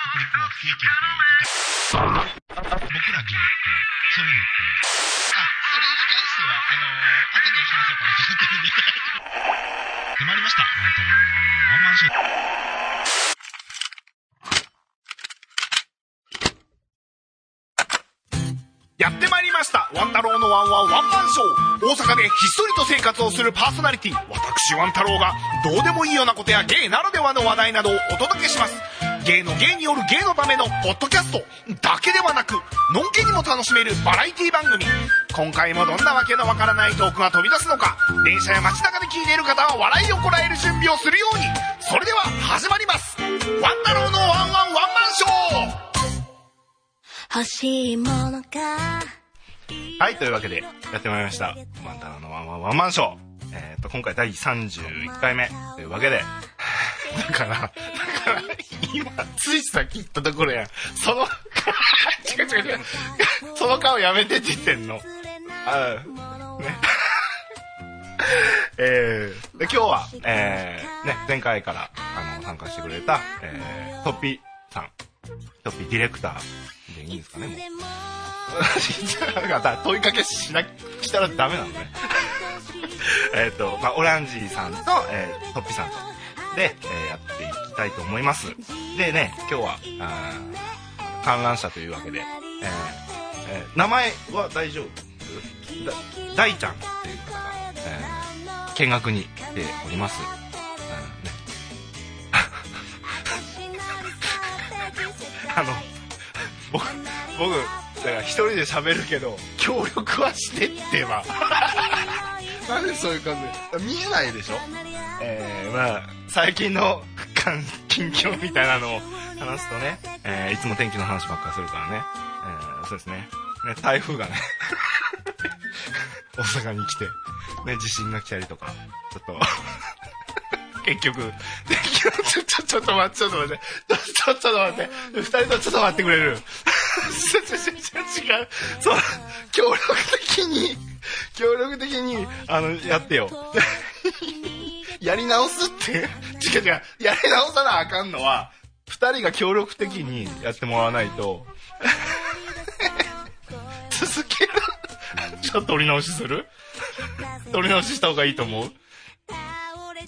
いけど、僕ら芸って、そういうのって、あ、それに関しては、あのー、後で 話そうかなと思ってるんで。決まりました。ワンタロウのワンワンワンマンショー。やってまいりましたワン太郎のワンワンワンマンショー大阪でひっそりと生活をするパーソナリティ私ワン太郎がどうでもいいようなことや芸ならではの話題などをお届けします芸の芸による芸のためのポッドキャストだけではなくのんけにも楽しめるバラエティ番組今回もどんなわけのわからないトークが飛び出すのか電車や街中で聞いている方は笑いをこらえる準備をするようにそれでは始まりますワン太郎のワンワンワンマンショー欲しいものがはい、というわけで、やってまいりました。マンタナのワンワンワンマンショー。えっ、と、今回第31回目というわけで、 だから、だから、今、ついさっき言ったところやん。その、 違う違う違う。その顔やめてって言ってんの。あね。えー、で、今日は、えー、ね、前回から、あの、参加してくれた、えー、トッピさん。トッピディレクターでいいんですかね、もう。 だから問いかけしなしたらダメなのね えっと、まあ、オランジーさんと、えートッピさんとで、えーやっていきたいと思いますでね今日はあー観覧車というわけで、えーえー名前は大丈夫だ大ちゃんっていう方が、えー見学に来ております、うんね、あの僕僕だから一人で喋るけど協力はしてってば なんでそういう感じ見えないでしょえー、まあ最近の感近況みたいなのを話すとね、えーいつも天気の話ばっかりするからね、えーそうですねね台風がね 大阪に来て、ね、地震が来たりとかちょっと 結局、できるちょ、ちょ、ちょっと待って、ちょっと待って、ちょ、ちょちょっと待って、二人ともちょっと待ってくれる。 ちょ、ちょ、ちょ、ちょ違う。そう、協力的に、協力的に、あの、やってよ。やり直すって、 違う違う、やり直さなあかんのは、二人が協力的にやってもらわないと、続ける。 ちょっと取り直しする取り直しした方がいいと思う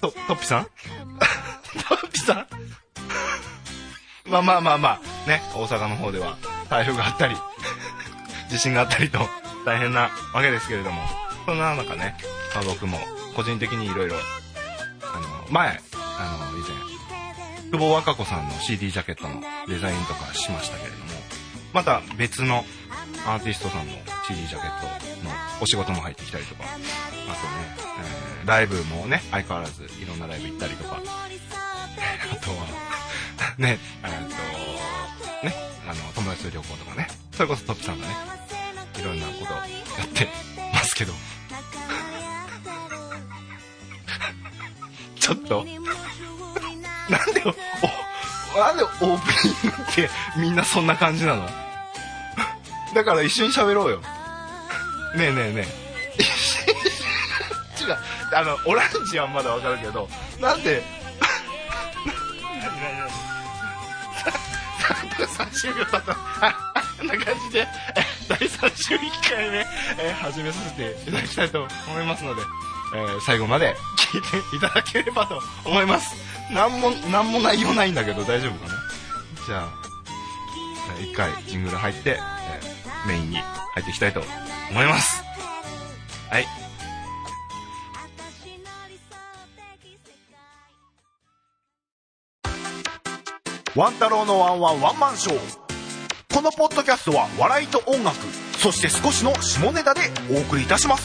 と、トッピさんトッピさん まあまあまあまあ、ね、大阪の方では台風があったり、地震があったりと大変なわけですけれども、そんな中ね、まあ、僕も個人的にいろいろ、あの、前、あの、以前、久保若子さんの CD ジャケットのデザインとかしましたけれども、また別のアーティストさんの CD ジャケットのお仕事も入ってきたりとか、あとね、えーライブもね、相変わらずいろんなライブ行ったりとか、あとは、ね、 えーっと、ね、あの、友達と旅行とかね、それこそトップさんがね、いろんなことをやってますけど、ちょっと、なんで、お、なんでオープニングってみんなそんな感じなのだから一緒に喋ろうよ。ねえねえ ねえ。一緒に違う、あの、オランジはまだわかるけど、なんで、第30秒だった。あこんな感じで、え第31回目、えー始めさせていただきたいと思いますので、えー最後まで聞いていただければと思います。なんも、なんも内容ないんだけど大丈夫かなじゃあ、えー一回ジングル入って、えーメインに入っていきたいと思います。はい。ワン太郎のワンワンワンマンショー。このポッドキャストは笑いと音楽、そして少しの下ネタでお送りいたします。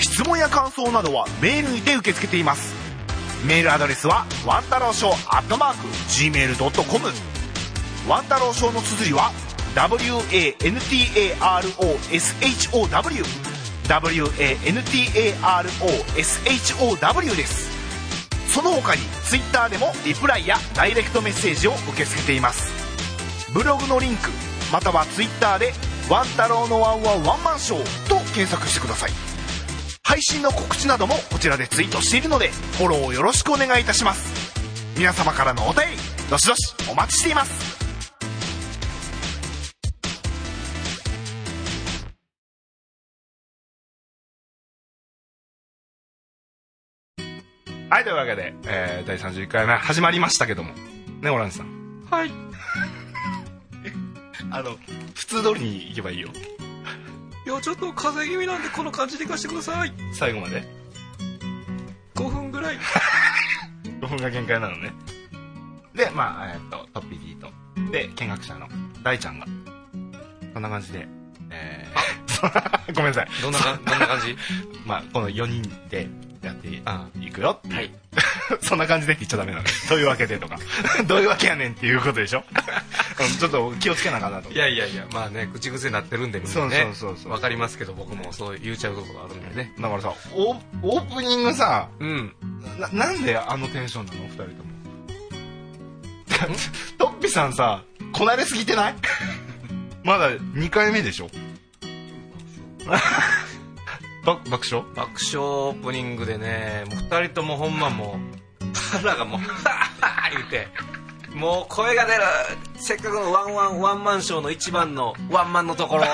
質問や感想などはメールにて受け付けています。メールアドレスは、ワン太郎ショーアットマーク、gmail.com。ワン太郎ショーの綴りは、WANTAROSHOW。WANTAROSHOW です。その他に Twitter でもリプライやダイレクトメッセージを受け付けていますブログのリンクまたは Twitter で「ワン太郎のワンワンワンマンショー」と検索してください配信の告知などもこちらでツイートしているのでフォローをよろしくお願いいたします皆様からのお便りどしどしお待ちしていますはい、というわけで、えー、第31回目始まりましたけども。ね、オランジさん。はい。あの、普通通りに行けばいいよ。いや、ちょっと風邪気味なんで、この感じで行かしてください。最後まで。 5分ぐらい。 5分が限界なのね。で、まあ、えっ、と、トッピー D と。で、見学者の大ちゃんが。こんな感じで、え ー、ごめんなさい。 どんなか、どんな感じ まあ、この4人でやってあいくよっていうはい。 そんな感じでって言っちゃダメなの。どういうわけでとか。 どういうわけやねんっていうことでしょ。 うんちょっと気をつけなあかんなと。いやいやいや、まあね、口癖になってるんで、みんそなうねそう。そうそう。わかりますけど、僕もそう言っちゃうとこがあるんでね。だからさ、オーオープニングさ、うん。ななんであのテンションなの二人とも。 トッピさんさ、こなれすぎて ないまだ2回目でしょば爆笑爆笑オープニングでね、もう二人ともほんまもう、腹がもう、は ぁはぁ言うて、もう声が出るせっかくのワンワン、ワンマンショーの一番のワンマンのと ころ、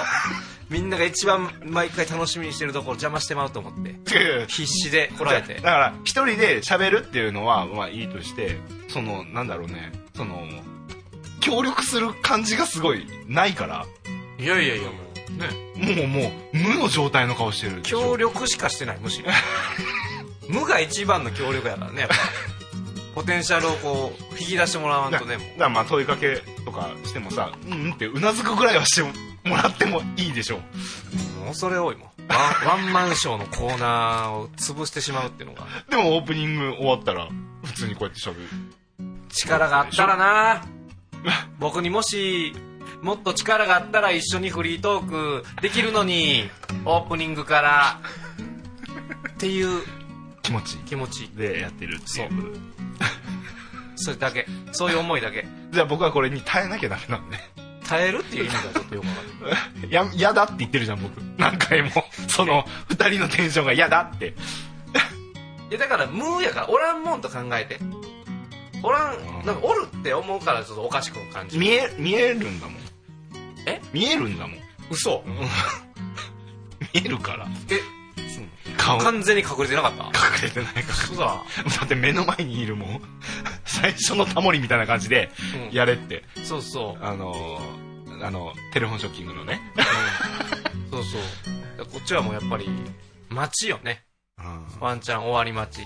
みんなが一番毎回楽しみにしてるところ邪魔してまうと思って、必死でこらえてだ。から一人で喋るっていうのはまあいいとしてそのなんだろうねその協力する感じがすごいないからいやいやいや、もう、ね。もうもう無の状態の顔してるでしょ協力しかしてないむしろ無が一番の協力やからねやっぱポテンシャルをこう引き出してもらわんだとねもだからまあ問いかけとかしてもさうんうんってうなずくぐらいはしてもらってもいいでしょうもうそれ多いもんワンワンマンショーのコーナーを潰してしまうっていうのがでもオープニング終わったら普通にこうやって喋る力があったらな僕にもしもっと力があったら一緒にフリートークできるのにオープニングからっていう気持ち気持ちでやってるってそいううそれだけそういう思いだけじゃあ僕はこれに耐えなきゃダメなんで 耐えるっていう意味がちょっとよくわかんないや嫌だって言ってるじゃん僕何回もその2人のテンションが嫌だっていやだから無やからおらんもんと考えておらうんんなんかおるって思うからちょっとおかしくも感じる見え見えるんだもんえ見えるんだもん 嘘見えるからえ顔隠完全に隠れてなかったれてないか嘘だらだって目の前にいるもん 最初のタモリみたいな感じでうんやれってそうそう、あのーあのテレフォンショッキングのねうん、そうそうだからこっちはもうやっぱり街よねワンチャン終わり待ち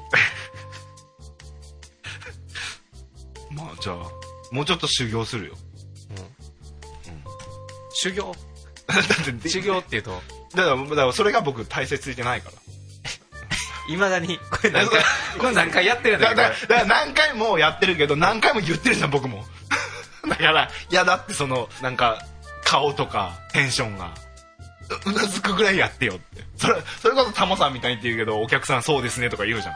まあじゃあもうちょっと修行するよ修 行だって修行っていうとだからだからそれが僕大切ついてないからいまだにこれ何回これ何回やってるんだだけだどだから何回もやってるけど何回も言ってるじゃん僕も だから嫌だってそのなんか顔とかテンションがううなずくぐらいやってよってそれそれこそタモさんみたいにって言うけどお客さんそうですねとか言うじゃ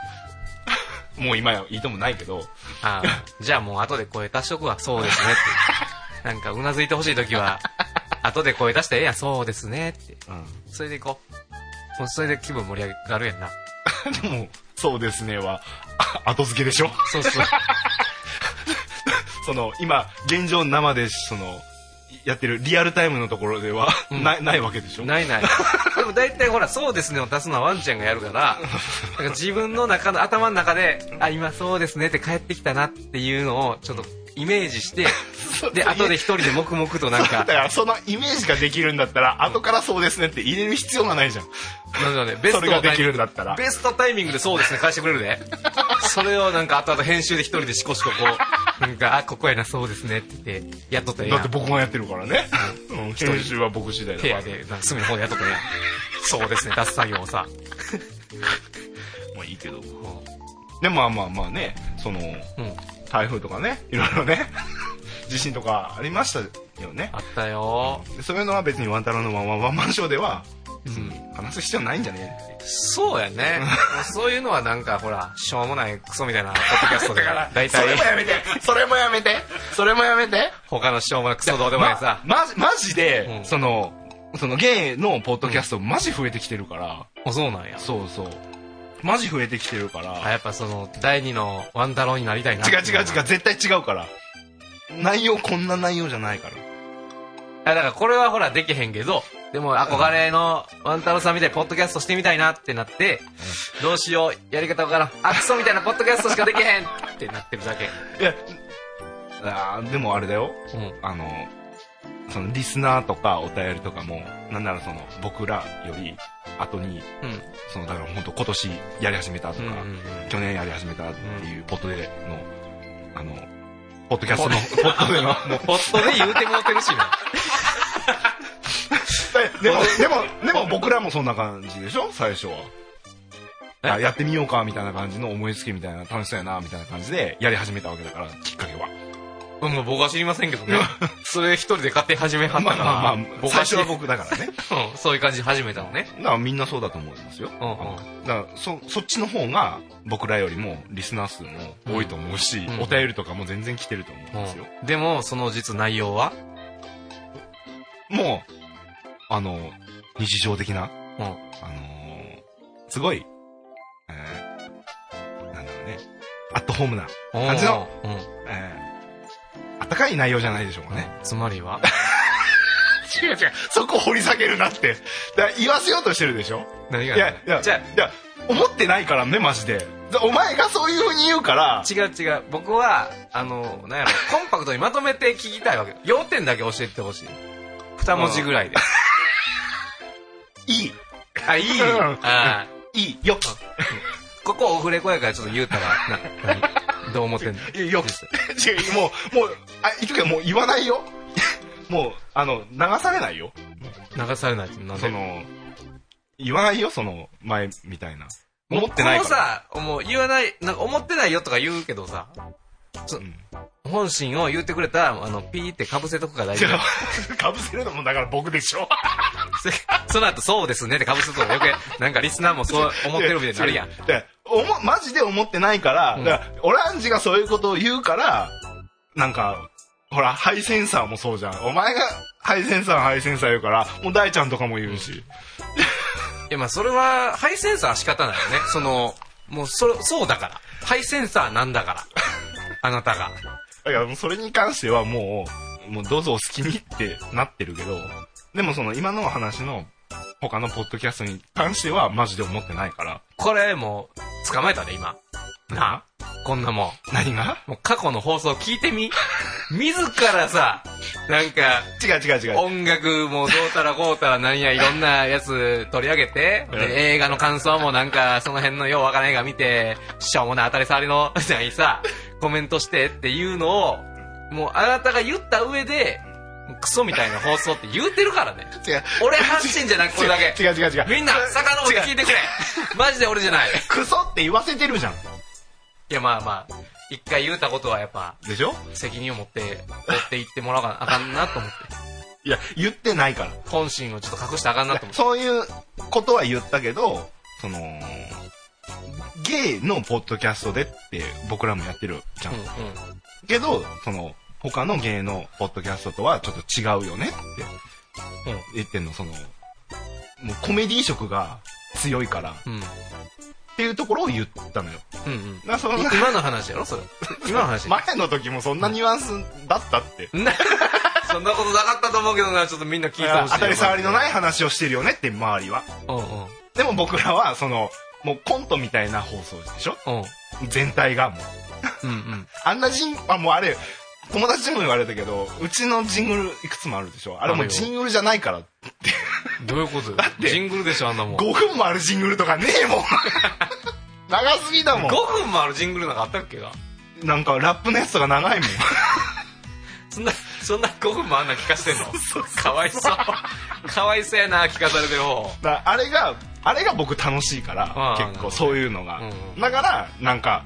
ん もう今やいいともないけどあーじゃあもう後で声足しとくわそうですね ってなんかうなずいてほしい時は後で声出してええやんそうですねってうんそれで行こう。もうそれで気分盛り上がるやんな。でもそうですねはあ後付けでしょ そうそう。その今現状生でそのやってるリアルタイムのところでは、うんないないわけでしょないない。でも 大体ほら、そうですねを出すのはワンちゃんがやるから、 だから自分の中の、頭の中で、あ、今そうですねって帰ってきたなっていうのを、ちょっとイメー ジして、で、後で一人で黙々となんだかか、らそのイメージができるんだったら後からそうですねって入れる必要がないじゃんなんかね、ベスそトれがのでタイきミンるんグだったらベストタイミングでそうですね返してくれる で。それをなんか後々編集で一人でシコシコこう、なんか、あ、ここやな、そうですねって言って、やっとったらええだっやてん。僕がやってるからね、うん、人編集は僕次第だかペアらで、なんか隅の方でやっとったらええやん。そうですね、出す作業をさ。まあいいけどうんでまあまあまあねそのうん、台風とかねいろいろね 地震とかありましたよねあったよ、でそういうのは別にワンタロウのワンワンワンマンショーではうん、話す必要ないんじゃねそうやねそういうのはなんかほらしょうもないクソみたいなポッドキャストで 大それも体やめてそれもやめてそれもやめて他のしょうもないクソどうでもいいさ、ま、マジマジで、うんその、そのゲイのポッドキャストマジ増えてきてるから、 あそうなんやそうそう。マジ増えてきてるから、あやっぱその第二のワンダローになりたいな違う違う違う、絶対違うから。内容こんな内容じゃないから。あだからこれはほらできへんけどでも憧れのワン太郎さんみたいにポッドキャストしてみたいなってなって、どうしよう、やり方わからん。あ、クソみたいなポッドキャストしかできへんってなってるだけ。いや、あーでもあれだよ。うん。あの、そのリスナーとかお便りとかも、なんならその僕らより後に、うん。そのだから本当今年やり始めたとか、うんうんうん去年やり始めたっていうポッドでの、あの、ポッドキャストの、ポッドでの、 もうポットで言うてもうてるしな。でも、でも、でも僕らもそんな感じでしょ最初は。えあやってみようか、みたいな感じの思いつきみたいな、楽しそうやな、みたいな感じでやり始めたわけだから、きっかけは。うん、もう僕は知りませんけ どね。それ一人で勝手に始めはったまかあら、まあまあ、最僕は初知は僕だからね。うん、そういう感じで始めたのね。だからみんなそうだと思いますよ。うんうんだからそ、そっちの方が僕らよりもリスナー数も多いと思うし、んお便りとかも全然来てると思うんですよ。うん。でも、その実内容はもう、あの、日常的な、うんあのーすごい、えー、なんだろうね、アットホームな、感じのうん。うんえー、あったかい内容じゃないでしょうかね。つまりは 違う違う、そこ掘り下げるなって。だから言わせようとしてるでしょ何がいや、いや、じゃあいや、思ってないからね、マジで。だお前がそういう風に言うから、違う違う僕はあの なんやろコンパクトにまとめて聞きたいわけ要点だけ教えてほしい二文字ぐらいでいい、あい いうんあいい、よ、ここオフレコやからちょっと言うたらなどう思ってんのいいよ。 違う、もう、もう、あ、言っとくけど、もう言わないよ。 もう、あの、流されないよ。流されないってなんそでの、言わないよ、その、前みたいな。思ってないこのから。さもう言わないなんか思ってないよとか言うけどさうん本心を言ってくれたあのピーってかぶせとくが大事違 だうかぶせるのもだから僕でしょ。そ その後そうですねってかぶせとくよくなんかリスナーもそう思ってるみたいになるやんで、おも、マジで思ってないから、うんだからオランジがそういうことを言うから、なんか、ほら、ハイセンサーもそうじゃん。お前がハイセンサー、ハイセンサー言うから、もう大ちゃんとかも言うし。いやまあそれはハイセンサーは仕方ないよねそのもうそそうだからハイセンサーなんだからあなたがだからもうそれに関してはもう、もうどうぞお好きにってなってるけど、でもその今の話の他のポッドキャストに関してはマジで思ってないから。これもう捕まえたで今なあこんなもん何がもう過去の放送聞いてみ自らさなんか違う違う違う。音楽もどうたらこうたらなんやいろんなやつ取り上げて、で映画の感想もなんかその辺のようわからない映画見て、しょうもない当たり障りの、 じゃないさ、コメントしてっていうのを、もうあなたが言った上で、クソみたいな放送って言うてるからね。違う。俺発信じゃなくこれだけ。違う違う違う。みんな、遡って聞いてくれ。マジで俺じゃない。クソって言わせてるじゃん。いやまあまあ、一回言うたことはやっぱ、でしょ責任を持って、持っていってもらわなあかんなと思って。いや、言ってないから。本心をちょっと隠してあかんなと思って。 そういうことは言ったけど、その、ゲイのポッドキャストでって僕らもやってるじゃん。うんうん。けど、その、他のゲイのポッドキャストとはちょっと違うよねって、うん言ってんの、その、もうコメディ色が強いからっうん。ていうところを言ったのよ。だうんうん。からそのい今の話やろ それ。今の話。前の時もそんなニュアンスだったって。なそんなことなかったと思うけどな、ちょっとみんな聞いてほしい。当たり障りのない。話をしてるよねって周りは。うんうん。でも僕らはその、もうコントみたいな放送でしょうん。全体がもう。うんあんなジン、あ、もうあれ、友達にも言われたけど、うちのジングルいくつもあるでしょあれもうジングルじゃないから。うん。どういうことてジングルでしょ、あんなもん。 5分もあるジングルとかねえもん。 長すぎだも5分もあるジングルなんかあったっけがん。なんかラップのやつとか長いもん。そんな、そんな5分もあんな聞かせてんのかわいそう。かわいそうやな、聞かされてる方。だあれが、あれが僕楽しいかあらあ、な結るほ構どそういうのが。うんうんだから、なんか、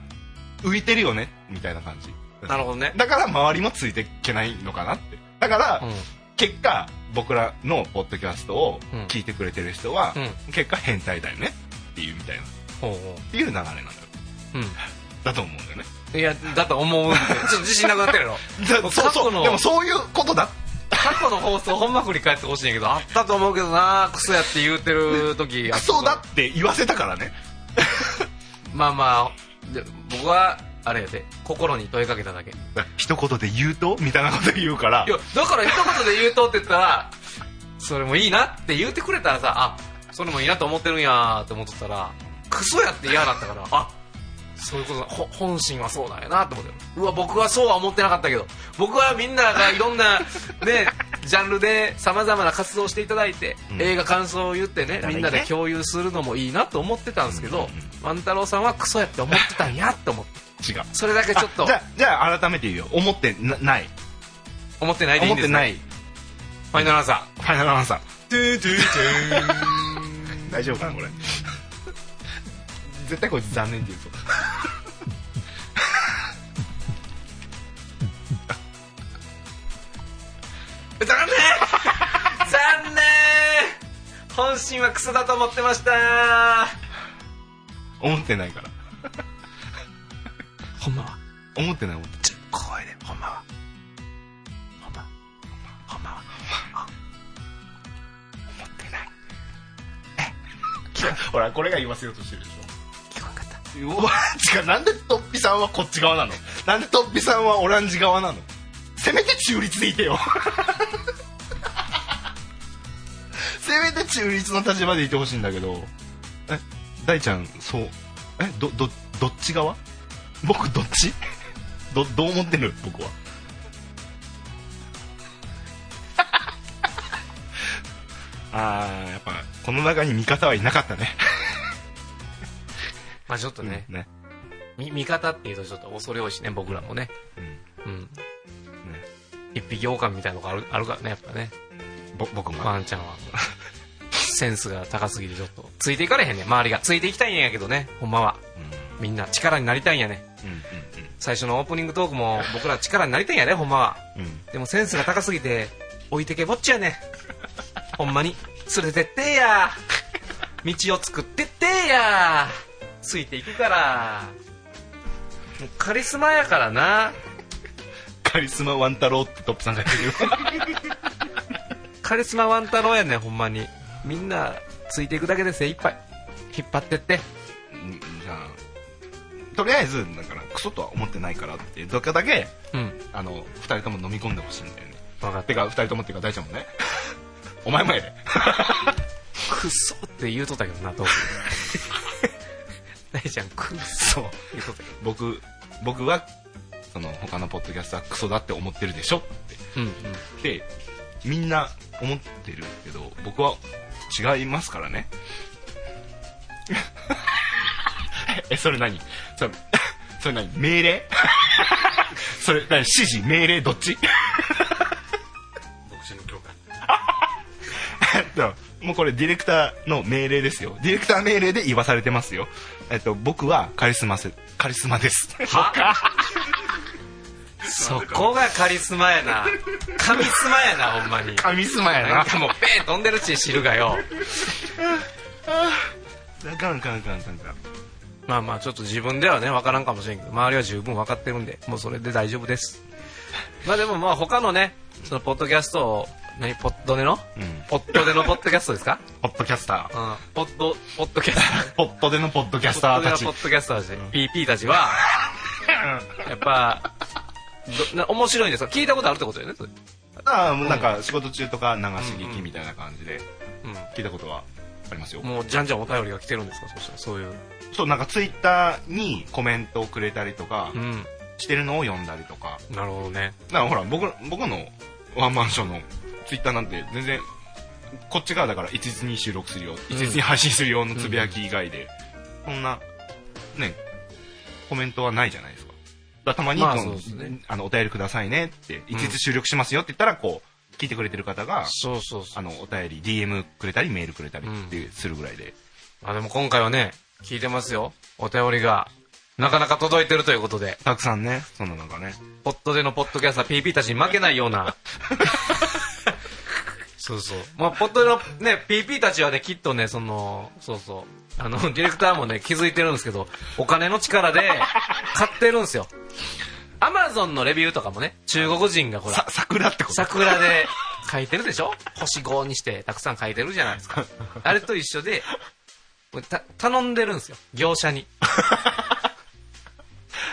浮いてるよね、みたいな感じ。なるほどね。だから周りもついていけないのかなって。だから、う結果、僕らのポッドキャストを聞いてくれてる人は、ん。うん。結果変態だよねっていうみたいな。ほうほっていう流れなのよう。だと思うんだよねうん。いや、だと思うんで、ちょっと自信なくなってるよ。もうそうそ過去うのでもそういうことだ過去の放送ほんま振り返ってほしいんやけど、あったと思うけどな、クソやって言うてる時あクったソだって言わせたからねまあまあ、で僕は、あれやで、心に問いかけただけ。い一言で言うとみたいなこと言うからや、だから一言で言うとって言ったら、それもいいなって言うてくれたらさあそれもいいなと思ってるんやって思っとったらクソやって嫌だったからあそういうことだほ本心はそうなんやなと思ってうわ僕はそうは思ってなかったけど僕はみんながいろんなねジャンルでさまざまな活動をしていただいて、うん映画感想を言ってねらいいねみんなで共有するのもいいなと思ってたんですけど万太郎さんはクソやって思ってたんやと思って違うそれだけちょっとあじゃあじゃあ改めて言うよ思ってなない思ってないでいい思んっでてす、ね、ないファイナルアンサーファイナルアンサートゥートゥートゥー ン大丈夫かなこれ絶対こいつ残念って言うぞ残念残念本心はクソだと思ってました思ってないから ほんまは思ってない思ってちょっと小声でほんまはほんまほんまは思ってないえほらこれが言わせようとしてるでしょ聞こえんかったうわ違うなんでトッピさんはこっち側なのなんでトッピさんはオランジ側なのせめて中立でいて よせめて中立の立場でいてほしいんだけどえ大ちゃんそうえどどどっち側僕どっち どどう思ってる僕は あーやっぱこの中に味方はいなかったねまあちょっとね、ねみ味方っていうとちょっと恐れ多いしね僕らもねうんうんね一匹狼みたいなのがあるあるからねやっぱねぼ僕もワンちゃんはセンスが高すぎてちょっとついていかれへんね周りがついていきたいんやけどねほんまはうんみんな力になりたいんやねう最初のオープニングトークも僕ら力になりたいんやねほんまはんうんうんでもセンスが高すぎて置いてけぼっちやねほんまに連れてってや道を作ってってやついていくからもうカリスマやからなカリスマワン太郎ってトップさんが言ってるよ カリスマワン太郎やねほんまにみんなついていくだけで精一杯引っ張ってってうんじゃあとりあえずだからクソとは思ってないからっていうどっかだけうんあの2人とも飲み込んでほしいんだよね分かっててか2人ともっていうか大ちゃんもね お前もやでクソって言うとったけどな トーク大ちゃんクソそう言うとったけ僕僕はその他のポッドキャストはクソだって思ってるでしょってどうんうんでみんな思ってるけど僕は違いますからね えそれ何それ それ何命令 それ何指示命令どっち 独身の教会えっともうこれディレクターの命令ですよディレクター命令で言わされてますよえっと僕はカリスマせカリスマですはそこがカリスマやな神スマやなほんまに神様やななんかもうペン飛んでるち汁がよ あかんあかんあかんあかんあかんまあまあちょっと自分ではね分からんかもしれんけど周りは十分分かってるんでもうそれで大丈夫ですまあでもまあ他のねそのポッドキャストを何ポッドネの、うんポッドネのポッドキャストですか、ポッドキャスタうん、ポッドポッドキャストーポッドでのポッドキャスターたちポッドキャスターたち、PP たちは、やっぱ、どな面白いんですか聞いたことあるってことよね、それああもうなんか仕事中とか流し聞きみたいな感じで聞いたことはありますよ、うん。もう、じゃんじゃんお便りが来てるんですかそしたら、そういう。そうなんかツイッターにコメントをくれたりとかうん。してるのを読んだりとかなるほどね。だからほら僕僕のワンマンションのツイッターなんて全然こっち側だから一日に収録するよ一日に配信するよのつぶやき以外で、そんなねコメントはないじゃないですかだからたまにこまの、あそうですねあのお便りくださいねって一日収録しますよって言ったらこう聞いてくれてる方がそうそうそあう。の、お便り、DM くれたり、メールくれたりっていうするぐらいで。あ、でも今回はね、聞いてますよ。お便りが、なかなか届いてるということで、たくさんね、そんななんかね。ポッドでのポッドキャスター PP たちに負けないような。そうそう。まあ、ポッドでのね、PP たちはね、きっとね、その、そうそう。あの、ディレクターもね、気づいてるんですけど、お金の力で買ってるんですよ。アマゾンのレビューとかもね、中国人がほらさ、、桜ってこと桜で書いてるでしょ星5にしてたくさん書いてるじゃないですか。あれと一緒で、た頼んでるんですよ、業者に。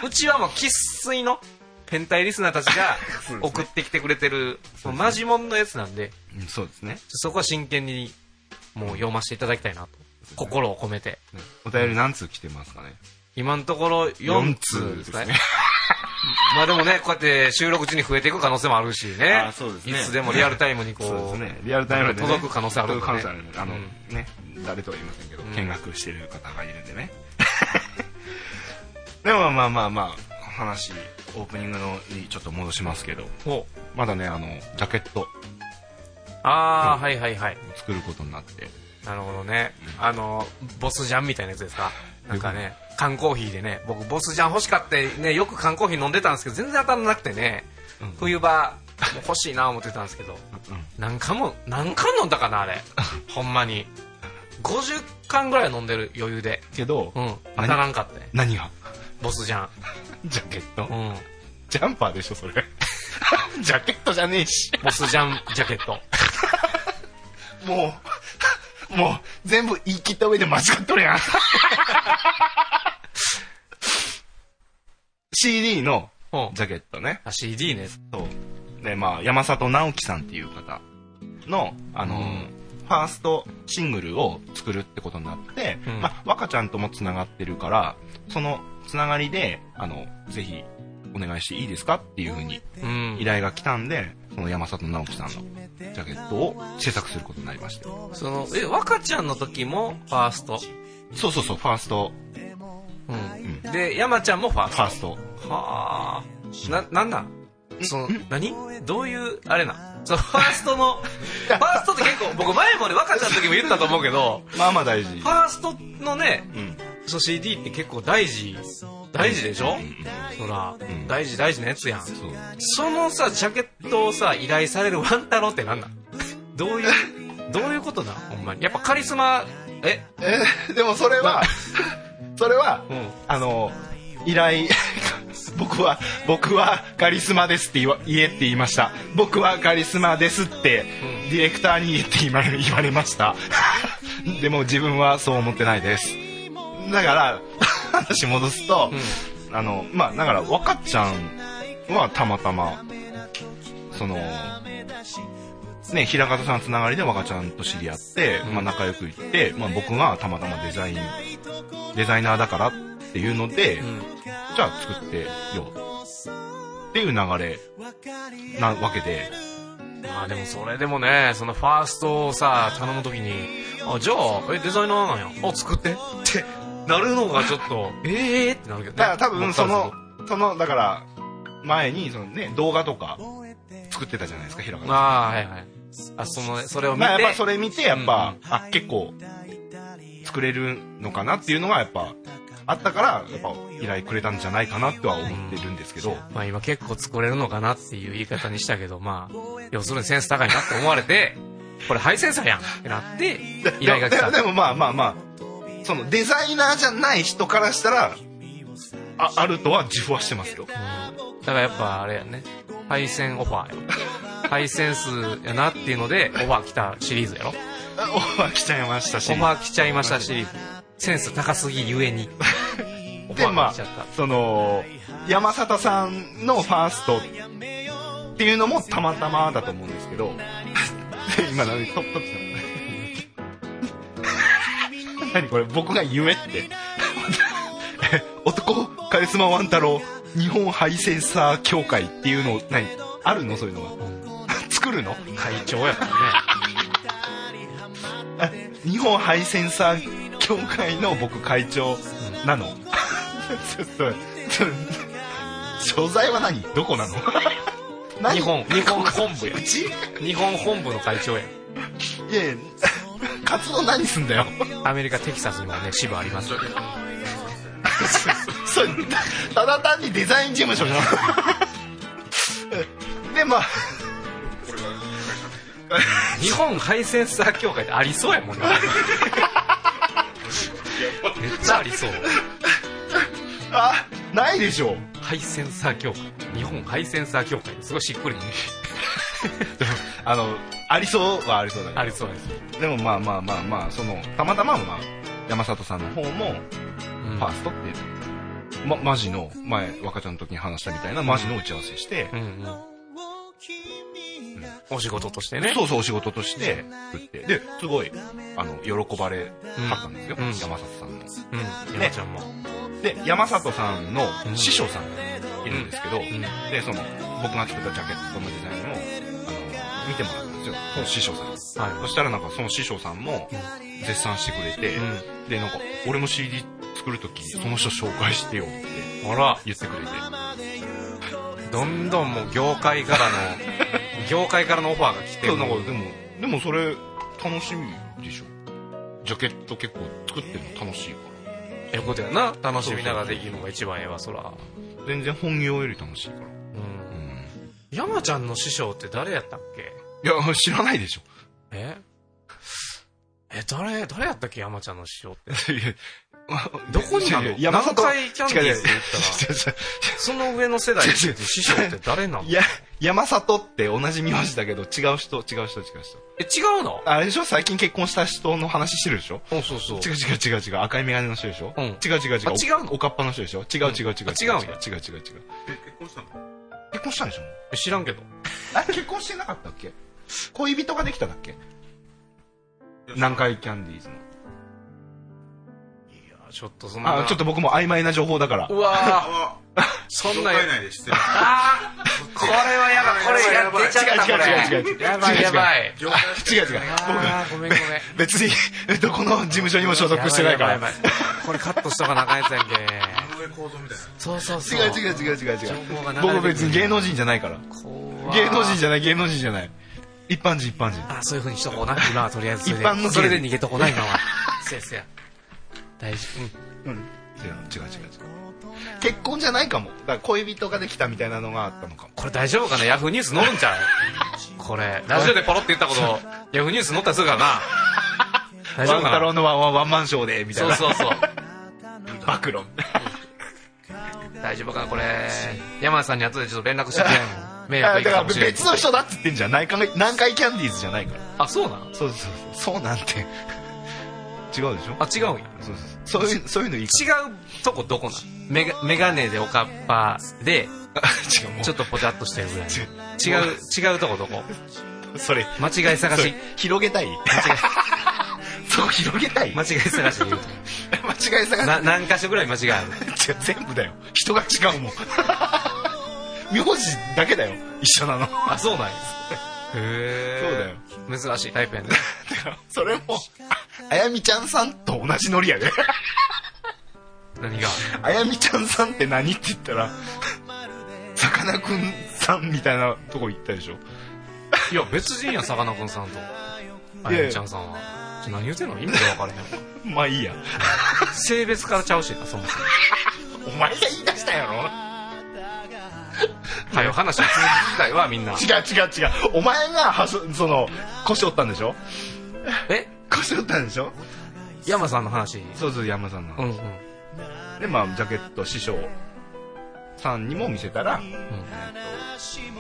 うちはもう生粋の変態リスナーたちがそうですね送ってきてくれてる、もうマジモンのやつなんで、うんそうですね。そこは真剣にもう読ませていただきたいなと。心を込めて。ねお便り何通来てますかね今のところ4通ですね。まあでもね、こうやって収録中に増えていく可能性もあるしね。あそうですねいつでもリアルタイムにこう。そうですね。リアルタイムで、ね、届く可能性あるん届でく可能性あるんであの、うんね、誰とは言いませんけど、ん見学してる方がいるんでね。 でもまあまあまあ、話、オープニングのにちょっと戻しますけど、ほまだね、あの、ジャケットうああ、はいはいはい。作ることになって、なるほどね。あの、ボスジャンみたいなやつですか。なんかね、缶コーヒーでね、僕ボスジャン欲しかってね、よく缶コーヒー飲んでたんですけど、全然当たらなくてね、うん冬場、もう欲しいな思ってたんですけど、何缶も、何缶飲んだかな、 あれ。ほんまに。50缶ぐらい飲んでる余裕で。けど、うん。当たらんかったね。何が ボスジャン。ジャケット、うん。ジャンパーでしょ、それ。 ジャケットじゃねえし。ボスジャンジャケット。もう、 もう、全部言い切った上で間違っとる やん。CD のうん。ジャケットね。あ CD ね。そう。で、まあ、山里直樹さんっていう方の、あのーうんファーストシングルを作るってことになって、うんまあ、若ちゃんとも繋がってるから、その繋がりで、あの、ぜひ、お願いしていいですかっていうふうにうん依。頼が来たんで、その山里直樹さんのジャケットを制作することになりまして。その、え、若ちゃんの時もファースト。そうそうそう、ファースト、うん。で、山ちゃんもファースファトー。スト。はあ。な、なんなんその、何どういう、あれな。その、ファーストの、ファーストって結構、僕前もね、若ちゃんの時も言ったと思うけど、まあまあ大事。ファーストのね、うん。その CD って結構大事、大事でしょそら、ん大事大事なやつやん。そう。そのさ、ジャケットをさ、依頼されるワンタロってなんなんどういう、どういうことなんほんまに。やっぱカリスマ、え、え、でもそれは、 それは、うん。あの、依頼、 僕は、僕はカリスマですって言わ言えって言いました。僕はカリスマですって、うディレクターに言えって言われ言われました。 でも自分はそう思ってないです。だから、 話戻すと、あの、まあ、だから、若ちゃんはたまたま、その、ね、平方さんつながりで若ちゃんと知り合って、まあ、仲良く行って、まあ、僕がたまたまデザイン、デザイナーだからっていうので、うん。じゃあ作ってよ。っていう流れなわけで、まあでもそれでもね、そのファーストをさ、頼むときに、あ、じゃあ、え、デザイナーなんや。あ、作って。って、なるのがちょっと、ええー、ってなるけどね。だから多分その、その、だから、前に、そのね、動画とか作ってたじゃないですか、平方さん。ああ、はいはい。あ、その、それを見て。まあやっぱそれ見て、やっぱ、あ、結構、作れるのかなっていうのがやっぱ、あったから、やっぱ依頼くれたんじゃないかなとは思ってるんですけど、まあ今結構作れるのかなっていう言い方にしたけど、まあ、要するにセンス高いなって思われて、これハイセンサーやんってなって、依頼が来でた も。でもまあまあまあ、そのデザイナーじゃない人からしたら、ああるとは自負はしてますよ。うんだからやっぱあれやね配線オファーよ配線数やなっていうのでオファー来たシリーズやろオあオファー来ちゃいましたし。ファー来ちゃいましたシリーズセンス高すぎゆ えにオフでァーまがあ来ちゃった、その、山里さんのファーストっていうのもたまたまだと思うんですけど、 今何トップさ ん。何これ僕が言えって。 男カリスマワン太郎日本ハイセンサー協会っていうの何あるのそういうのは 作るの会長やからねあ 日本ハイセンサー協会の僕会長なの、ちょっとちょっと所在は何どこなの何日本日本本部やうちい日本本部の会長ややいや活動何すんだよアメリカテキサスにもね支部ありますよ それただ単にデザイン事務所じゃん でまあ日本ハイセンサー協会ってありそうやもんなめっちゃありそうあないでしょハイセンサー協会日本ハイセンサー協会すごいしっくりねあのありそうはありそうだけどありそうですでもまあまあまあまあそのたまたままあ山里さんの方もうんファーストってま、マジの、前、若ちゃんの時に話したみたいな、マジの打ち合わせして、うんうん。お仕事としてね。そうそう、お仕事として、作って、で、すごい、あの、喜ばれはったんですよ、うん山里さんも。うん。山ちゃんも。で、山里さんのうん師匠さんがいるんですけど、んで、その、僕が作ったジャケットのデザインを、あの、見てもらったんですよ、師匠さんに。はそしたらなんかその師匠さんも絶賛してくれて、うで、なんか、俺も CD 作るとき、その人紹介してよってい。あら、言ってくれて。どんどんもう業界からの、業界からのオファーが来で、てなんもかうでも、でもそれ、楽しみでしょ。ジャケット結構作ってるの楽しいから。ええことやな。楽しみながらできるのが一番ええわ、そら。全然本業より楽しいから。うん。うん。山ちゃんの師匠って誰やったっけいや、知らない でしょ。ええ、誰、誰やったっけ山ちゃんの師匠って。いやどこにあるのいや山南里海キャンディーズって言ったら、その上の世代って違う違う師匠って誰なのいや、山里って同じ名字だけど、違う人、違う人、違う人。え、違うのあれでしょ最近結婚した人の話してるでしょうん、そうそう。違う違う違う違う。赤いメガネの人でしょうん違う違う違う。あ違うのおおかっぱの人でしょ違う違う違う。あ違うんや違う違う違う。結婚したの結婚したでしょえ知らんけど。あ結婚してなかったっけ恋人ができただっけ南海キャンディーズの。いや、ちょっとそんな。あ、ちょっと僕も曖昧な情報だからう。わぁ、あ、そん紹な介内でしてる。あー これはやばい、これやばい。出ちゃった、こ違う違れ。う違う違う違う違うやばい、やばい。業あ界違う違う。あー、ごめんごめん。僕、別に、どこの事務所に も所属してないかやばら。やばいやばいこれカットしとかなあかんやつやんけ。の上構造みたいな。そうそう違そうう。違う違う違う違う。情報が流れてくる僕別に芸能人じゃないから。うわー芸能人じゃない、芸能人じゃない。一般人、一般人。あ、そういう風にしとこうな。今はとりあえずそれで。一般のそれで逃げとこうな、今は。せやせや。大事。うん。違う違う違う違う結婚じゃないかもだから恋人ができたみたいなのがあったのかもこれ大丈夫かなヤフーニュース載るんちゃうこれ、ラジオでポロって言ったこと、 ヤフーニュース載ったりするからな。大丈ワン夫太か郎なのワンワンワンマンショーでみたいそうなそうそう。 暴露大丈夫かなこれ、山田さんに後でちょっと連絡して、迷あ惑だかいくからもしれん別の人だっつってんじゃん南海南海キャンディーズじゃないからあ、そうなのそうそうそうそうなんて 違うでしょあ、違うんや。そうそうそうそういうそういうのいいか違うとこどこなのメガメガネでおかっぱで、ら違うもうちょっとぽちゃっとしてるぐらい。違違う、違うとこどこそれ間違い探そしれ。広げたい そこ広げたい間間違い探しで言うと。違い探な、何箇所ぐらい間違いあるす違う全部だよ人が違うもん 名字だけだよ一緒なの あ、そうなんや。へーそうだよ。珍しいタイプやね。それも、あやみちゃんさんと同じノリやで。 何があやみちゃんさんって何って言ったら、さかなクンさんみたいなとこ行ったでしょ。いや、別人や、さかなクンさんと。あいややみちゃんさんは。ちょ何言うてんの意味が分からへんわ。まあいいや。性別からちゃうしな、そもそも。お前が言い出したやろはよ、話を続きたいわ、みんな。違う違う違う。お前が、はそ、その、腰折ったんでしょえ腰折ったんでしょ山さんの話。そうそう、山さんうの。んうん。で、まあ、ジャケット師匠さんにも見せたら、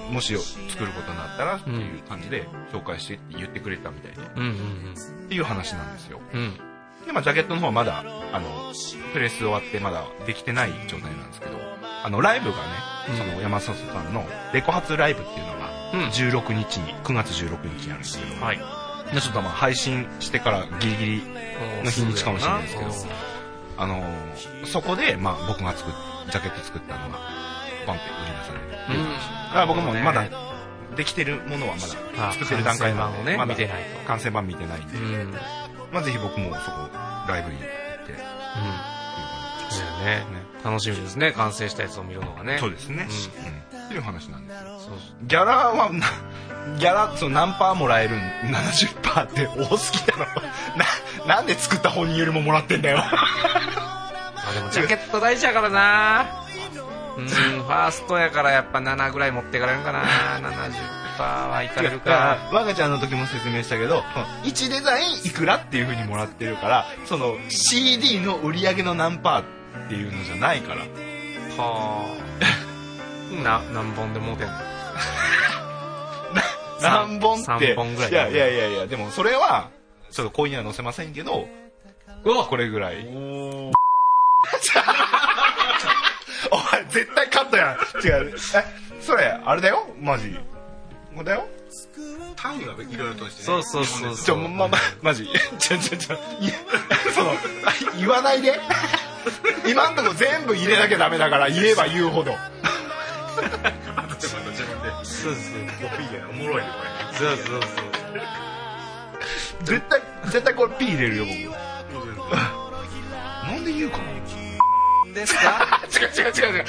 もし作ることになったらっていう感じで紹介してって言ってくれたみたいで、うんうんっていう話なんですよ。うん。うん。で、まあ、ジャケットの方はまだ、あの、プレス終わってまだできてない状態なんですけど、あの、ライブがね、うんその山里さんのレコ発ライブっていうのが、うん16日に、9月16日にあるんですけど、はい。で、ちょっとまあ、配信してからギリギリ、の日にちかもしれないですけどそうだよあのーそこで、まあ、僕が作っ、ジャケット作ったのが、バンって売り出される。なうん。だから僕もまだね、できてるものはまだ、あ作ってる段階な完成版んをで、ねまだ見てないと完成版見てないんでう、ん。うん。そうまあ、ぜひ僕もそこ、ライブに行って、っていう感じですだよねね。楽しみですね、完成したやつを見るのがね。そうですね、ううんっていう話なんですよそうそうギャラはなギャラその何パーもらえるん70%って多すぎだろ ななんで作った本人よりももらってんだよまあでもジャケット大事やからなうん、ファーストやからやっぱ7ぐらい持ってかれるんかな70%はいかれ るか。我がちゃんの時も説明したけど1デザインいくらっていうふうにもらってるからその CD の売り上げの何パーっていうのじゃないからはあ。 な、何本でもうてんの何本って三本ぐらいいやいやいやいやでもそれはちょっとコインには載せませんけど うわこれぐらい絶対カットやん。違う。え、それ、あれだよマジ。ほんだよ単位がいろいろとしてね。そうそうそうちそょ、う。ま、ま、まマジ。ちょ、ちょ、ちょ、いその、言わないで。今んとこ全部入れなきゃダメだから、言えば言うほど。あとでまた自分で。そうそうおもろいね、そうそうそう。絶対、絶対これ P 入れるよ、僕。これ。なんで言うかなですか違う違う違う違う。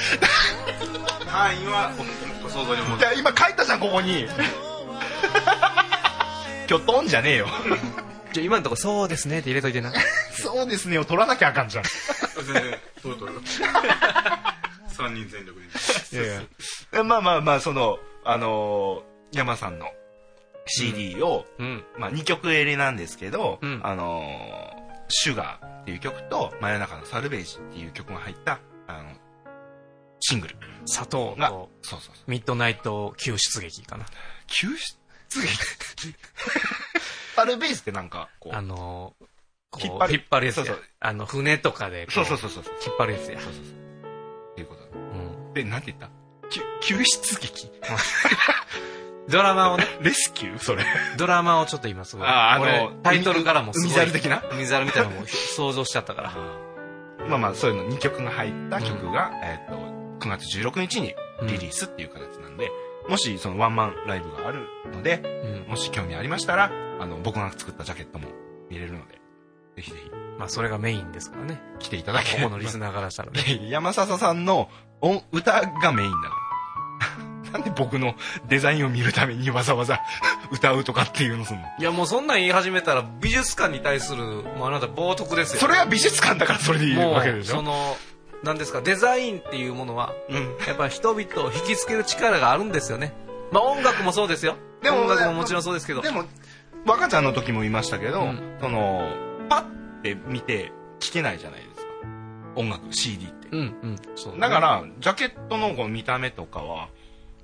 単位は、ご想像に思うい。や今書いたじゃんここ にきょとんじゃねえよじゃあ今のとこそうですねって入れといてな。そうですねを取らなきゃあかんじゃん全然、取 る取る。三人全力で。いやいやまあまあまあそのあのー山さんの CD を、うん。まあ、2曲入りなんですけど「うんあのーシュガー」っていう曲と「真夜中のサルベージ」っていう曲が入ったあのシングル砂糖がとそうそうそうミッドナイト救出劇かな。救出サルベージってなんかこうあのー、こう引っ張る引っ張るやつそやうそう。あの、船とかで、こそうそうそうそうそう引っ張るやつや。そうそうっていうことだうん。で、なんて言ったきゅ救出劇 ドラマをね、レスキューそれ。ドラマをちょっと今すごい。ああの俺タイトルからもすごい。海猿的な海猿みたいなのも想像しちゃったから。まあまあ、そういうの2曲が入った曲が、えっ、と、9月16日にリリースっていう形なんで、もしそのワンマンライブがあるので、うん。もし興味ありましたら、あの、僕が作ったジャケットも見れるので、ぜひぜまあ、それがメインですからね。ひ来ていただけこれこばのリスナーからしたらね。いや 山笹さんの音歌がメインだから。なんで僕の デザインを見るためにわざわざ 歌うとかっていうのすんのいや、もうそんなん言い始めたら、美術館に対する、もうあなた冒涜ですよ。それは美術館だからそれでいいもわけでう、しそょの、なんですか、デザインっていうものは、うん。やっぱ人々を引きつける力があるんですよね。まあ音楽もそうですよ。でも音楽ももちろんそうですけど。でも若ちゃんの時も言いましたけど、うんそのパッて見て聴けないじゃないですか音楽 CD ってうんうん。そうねだからジャケットのこの見た目とかは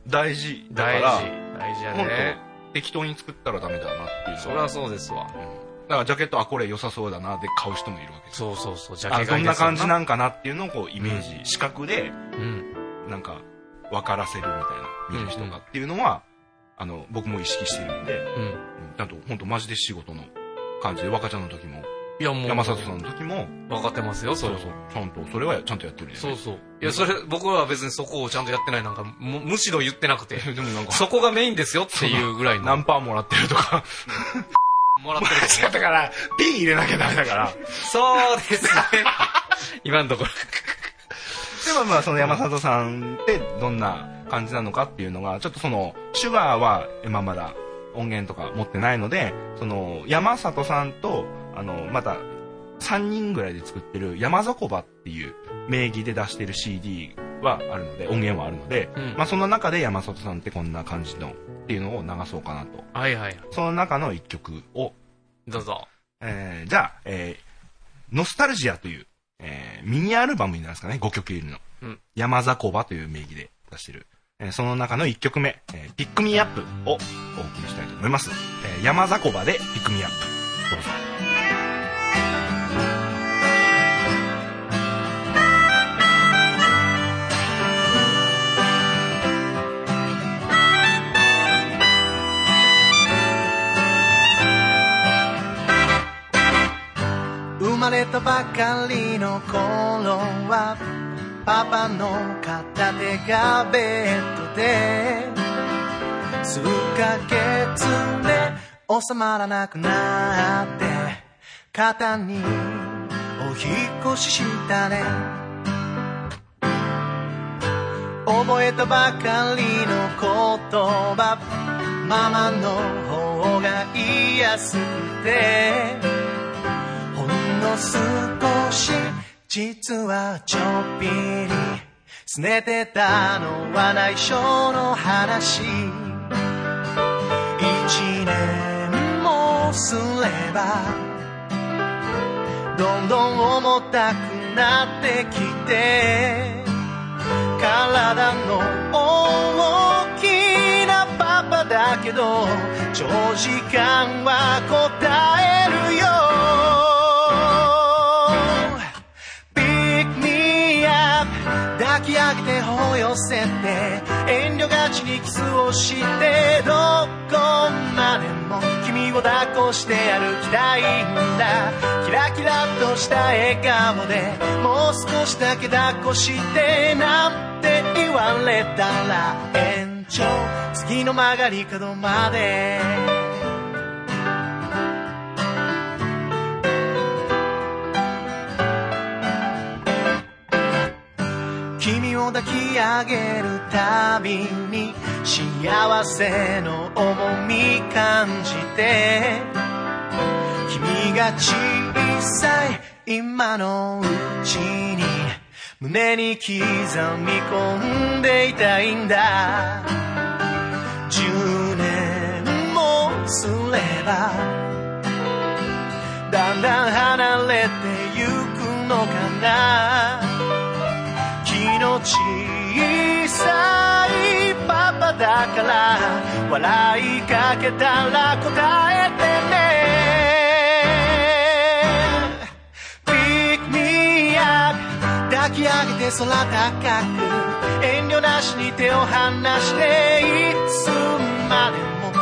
大事だか大ら事。大事や本ね。当適当に作ったらダメだなっていうそのりはゃそうですだわ。からジャケットあこれ良さそうだなで買う人もいるわけですそうそうそう、ジャあケそ買いんでなすよ感じ。なんかなっていうのをこうイメージ、視覚でうん。なんか分からせるみたいな見る人がっていうのは、あの僕も意識してるんで、うん。ちゃんと本当マジで仕事の感じで若ちゃんの時もいやもう、山里さんの時も分かってますよ、それそうそうちゃんとそれはちゃんとやってるよねそうそう。いや、それ、僕は別にそこをちゃんとやってないなんか、むむしろ言ってなくて、でもなんかそこがメインですよっていうぐらいの。何パーもらってるとか もらってるけどねだからピン入れなきゃダメだからそうですね。 今のところ。でもまあその山里さんってどんな感じなのかっていうのがちょっとそのシュガーは今まだ音源とか持ってないのでその山里さんとあのまた3人ぐらいで作ってる山底場っていう名義で出してる CD はあるので音源はあるので、うんまあその中で山里さんってこんな感じのっていうのを流そうかなとはいはい。その中の1曲を、どうぞ。えーじゃあ、えーノスタルジアという、えーミニアルバムになるんですかね、5曲入りの。うん山ザコバという名義で出してる。えーその中の1曲目、えーピックミーアップをお送りしたいと思います。えー山ザコバでピックミーアップ。どうぞ。生まれたばかりの頃はパパの片手がベッドで数ヶ月で収まらなくなって肩にお引っ越ししたね覚えたばかりの言葉ママの方が言いやすくてほんの少し実はちょっぴり拗ねてたのは内緒の話一年もすればどんどん重たくなってきて体の大きなパパだけど長時間は答えるよ Pick me up 抱き上げてほ寄せて遠慮がちにキスをしてどこまでも君を抱っこして歩きたいんだキラキラとした笑顔でもう少しだけ抱っこしてなんて言われたら延長次の曲がり角まで君を抱き上げるたびに幸せの重み感じて君が小さい今のうちに胸に刻み込んでいたいんだ10年もすればだんだん離れてゆくのかなの小さいパパだから笑いかけたら答えてね Pick me up 抱き上げて空高く遠慮なしに手を離していつまでも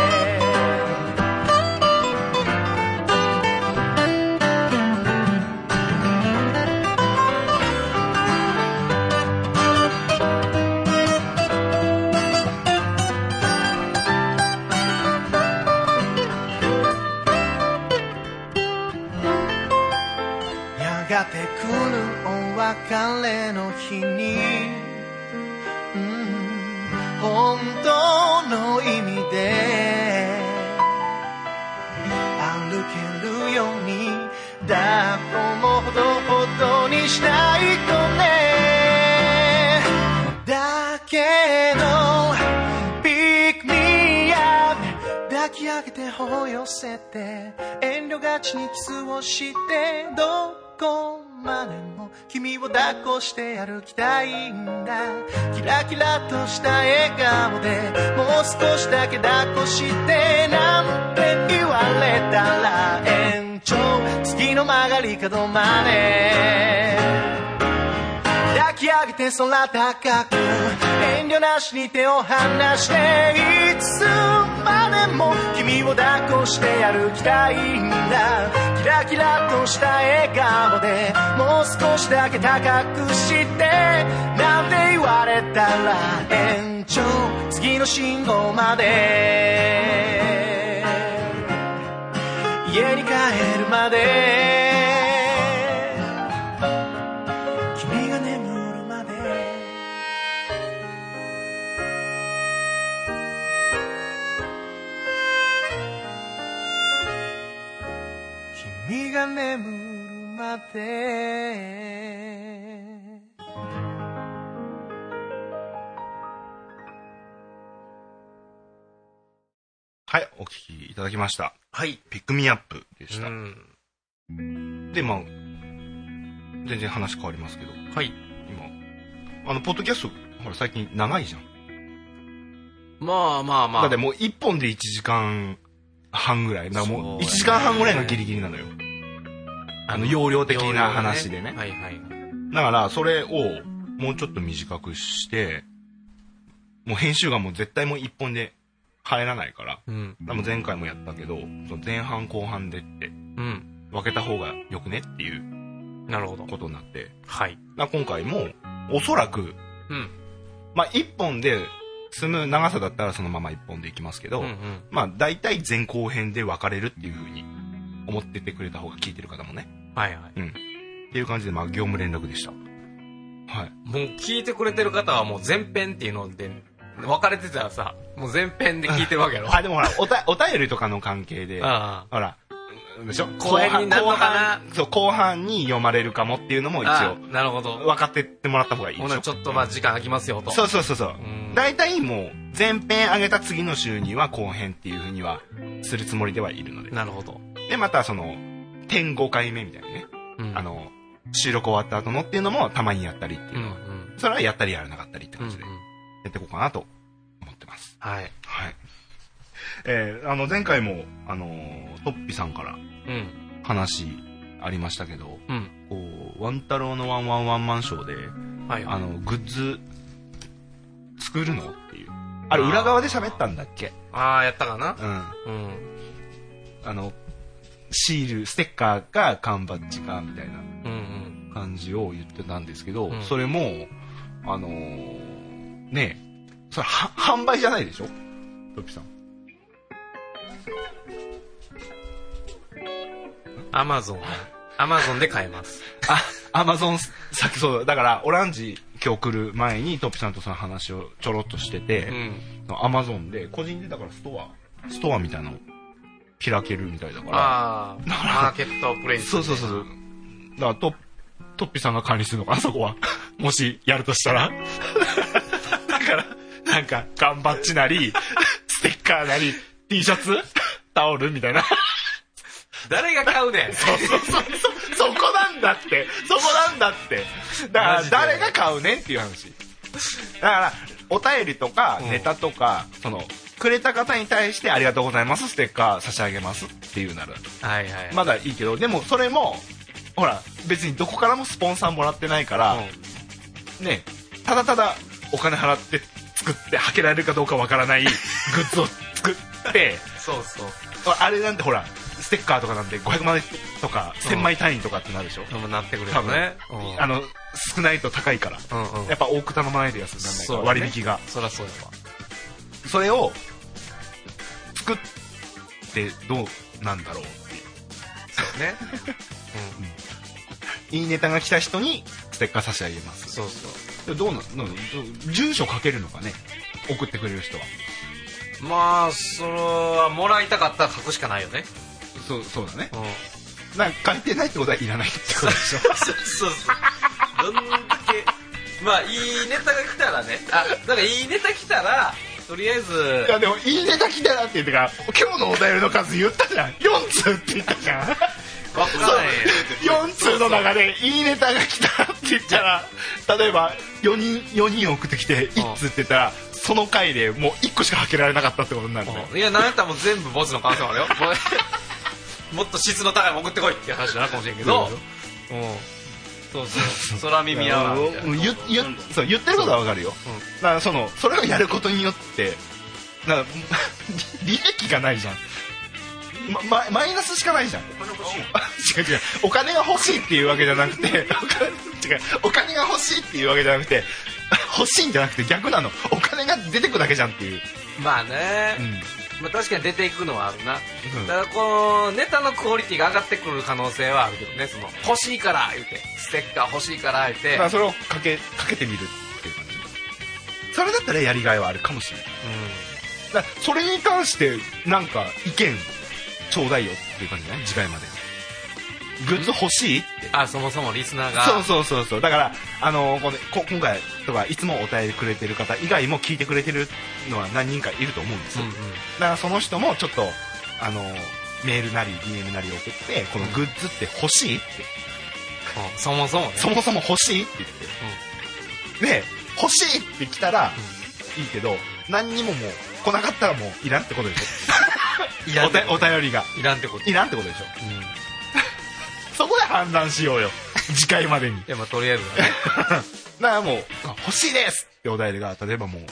がて来るお別れの日に、うん、本当の意味で歩けるように抱っこもほどほどにしたいとねだけど Pick me up 抱き上げて頬寄せて遠慮がちにキスをしてどうこまでも君を抱っこして歩きたいんだキラキラとした笑顔でもう少しだけ抱っこしてなんて言われたら延長次の曲がり角まで抱き上げて空高く遠慮なしに手を離していつまでも君を抱っこして歩きたいんだキラキラとした笑顔でもう少しだけ高くしてなんて言われたら延長次の信号まで家に帰るまで君が眠るまで君が眠るまではい、お聞きいただきました。はい。ピックミアップでしたう。ん。で、まあ、全然話変わりますけど、はい。今、あの、ポッドキャスト、ほら、最近長いじゃん。まあまあまあ。だってもう1本で1時間半ぐらい。だからもう1時間半ぐらいのギリギリなのよ。あの、容量的な話でね。はいはい。だから、それをもうちょっと短くして、もう編集がもう絶対もう1本で入らないから、うん。多分前回もやったけど、その前半後半でってうん。分けた方がよくねっていうなるほど。ことになって、はい。だから今回もおそらく、うん。まあ1本で済む長さだったらそのまま1本でいきますけど、うんうん。まあ大体前後編で分かれるっていう風に思っててくれた方が聞いてる方もね。はいはい。っていう感じで、まあ業務連絡でした。はい。もう聞いてくれてる方はもう前編っていうので、分かれてたらさ、もう前編で聞いてるわけやろ。 あ、でもほら、おた、お便りとかの関係で、 あほら、でしょ後編になるのかな後半そう、後半に読まれるかもっていうのもあ。一あ応、あなるほど。分かってってもらった方がいいでほしょな、ちょっとまあ時間空きますよと。そうそうそうそう。うん大体もう、前編上げた次の週には後編っていう風には、するつもりではいるので。なるほど。で、またその、点5回目みたいなね。うんあ、の、収録終わった後のっていうのもたまにやったりっていううんうのはん。それはやったりやらなかったりってうんう感じで。ん。やっていこうかなと思ってます。はい。はい。えーあの、前回も、あのートッピさんからうん。話ありましたけど、うんこう、ワン太郎のワンワンワンマンショーで、はい。あの、グッズ、作るのっていう。あれ、裏側で喋ったんだっけああ、やったかなうん。うん。あの、シール、ステッカーか缶バッジかみたいなうんうん。感じを言ってたんですけど、うんそれも、あのーねえ、それは、販売じゃないでしょトッピさん。アマ ゾン。アマゾンで買えます。あ、アマゾン、さっきそうだ、だから、オランジ今日来る前にトッピさんとその話をちょろっとしてうて、ん。アマゾンで、個人でだからストア、ストアみたいなの開けるみたいだから、ああ、マーケットプレイス。そうそうそうそう。だから、トットッピさんが管理するのかな、そこは。 もし、やるとしたら。だから、なんか、缶バッジなり、ステッカーなり、T シャツ、 タオルみたいな。誰が買うねん。そうそうそうそう。そこなんだって。そこなんだって。だからマ、ジで誰が買うねんっていう話。だから、お便りとか、んネタとか、その、くれた方に対してありがとうございます、ステッカー差し上げますっていうなら、はいはい。まだいいけど、でもそれも、ほら、別にどこからもスポンサーもらってないから、ね、ただただお金払って作って、履けられるかどうかわからないグッズを作って、そうそう。あれなんてほら、ステッカーとかなんて500枚とか1000枚単位とかってなるでしょ、でもなってくるよね。あの少ないと高いから、うん。うんうやん。っぱ多く頼まないと安くならないからそう、だね割引がそらそうやわ。それを作ってどうなんだろうっていうそうね。いいネタが来た人にステッカー差し上げますそうそう。でどうなんどうどう住所書けるのかね送ってくれる人はまあ、それは、もらいたかったら書くしかないよね。そうそうだねうん。なんか書いてないってことはいらないってことで しょそうそうそう。どんだけ、まあ、いいネタが来たらね。あ、だからいいネタ来たら、とりあえず、いやでもいいネタ来たなって言ってから今日のお便りの数言ったじゃん4通って言ったじゃんわからないよ。 4通の中でいいネタが来たって言ったら例えば4人4人送ってきて1通って言ったらその回でもう1個しかはけられなかったってことになるねうんいや、なんやったらもう全部ボスの感想あるよ。 もうもっと質の高いもん送ってこいっていう話になるかもしれんけど。うん。そうそう。空耳やわ。みたいなうん言言そう言ってることはわかるよ、うんだからそのそれをやることによってなんか 利益がないじゃんままマイナスしかないじゃん 違う違うお金が欲しいっていうわけじゃなくて お金違うお金が欲しいっていうわけじゃなくて 欲しいんじゃなくて逆なのお金が出てくだけじゃんっていう、まあねう。んまあ確かに出ていくのはあるな。うんただこのネタのクオリティが上がってくる可能性はあるけどねその欲しいから言うてステッカー欲しいから言うてだからそれをかけかけてみるっていう感じそれだったらやりがいはあるかもしれないだからそれに関してなんか意見ちょうだいよっていう感じね次回までグッズ欲しいってうんあそもそもリスナーがそうそうそうそうだからあのこのこ今回とかいつもお便りくれてる方以外も聞いてくれてるのは何人かいると思うんですうよ、んうんだからその人もちょっとあのメールなり DM なり送ってこのグッズって欲しいってうんそもそもねそもそも欲しいって言って、で欲しいって来たらいいけど何にももう来なかったらもういらんってことでしいょらんおたお便りがいらんってこといらんってことでしょうんいそこで判断しようよ次回までにやまあとりあえずはねだからもう「あ欲しいです!」ってお便りが例えばもう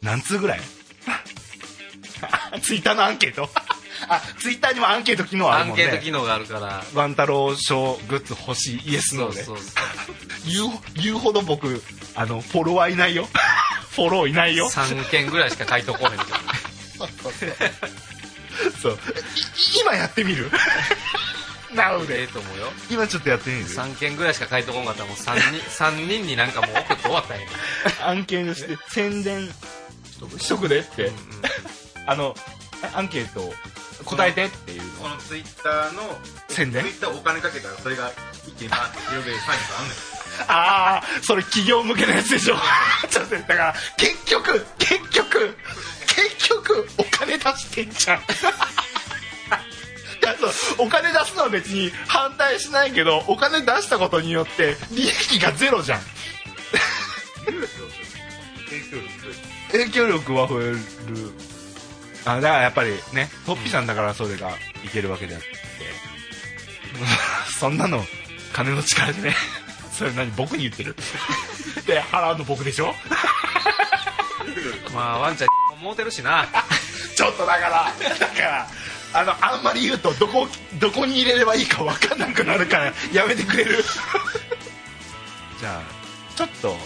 何通ぐらいツイッターのアンケートあツイッターにもアンケート機能 あアるもンんねケート機能があるからワン太郎賞グッズ欲しいイエスそのうでそうそう言う言うほど僕あのフォロワーいないよ フォローいないよ3件ぐらいしか回答こうへんみたいなそうい今やってみる なのええでと思うよ今ちょっとやってみる3件ぐらいしか回答こんかったらもう3人 三人になんかもう送って終わったんやん案件して宣伝しとくでって、あのアンケートを答えてっていうこのツイッターの宣伝ツイッターお金かけたらそれが一気にバーンって広げるサイズあんのよああそれ企業向けのやつでしょ ちょっとだから結局結局結局お金出してんじゃん いやそうお金出すのは別に反対しないけどお金出したことによって利益がゼロじゃん影響力影響力は増えるあだからやっぱりねトッピさんだからそれがいけるわけであって、そんなの金の力でね それ何僕に言ってる で払うの僕でしょ まあワンちゃんもうてるしなちょっとだからだからあのあんまり言うとどこどこに入れればいいか分かんなくなるからやめてくれる じゃあちょっと、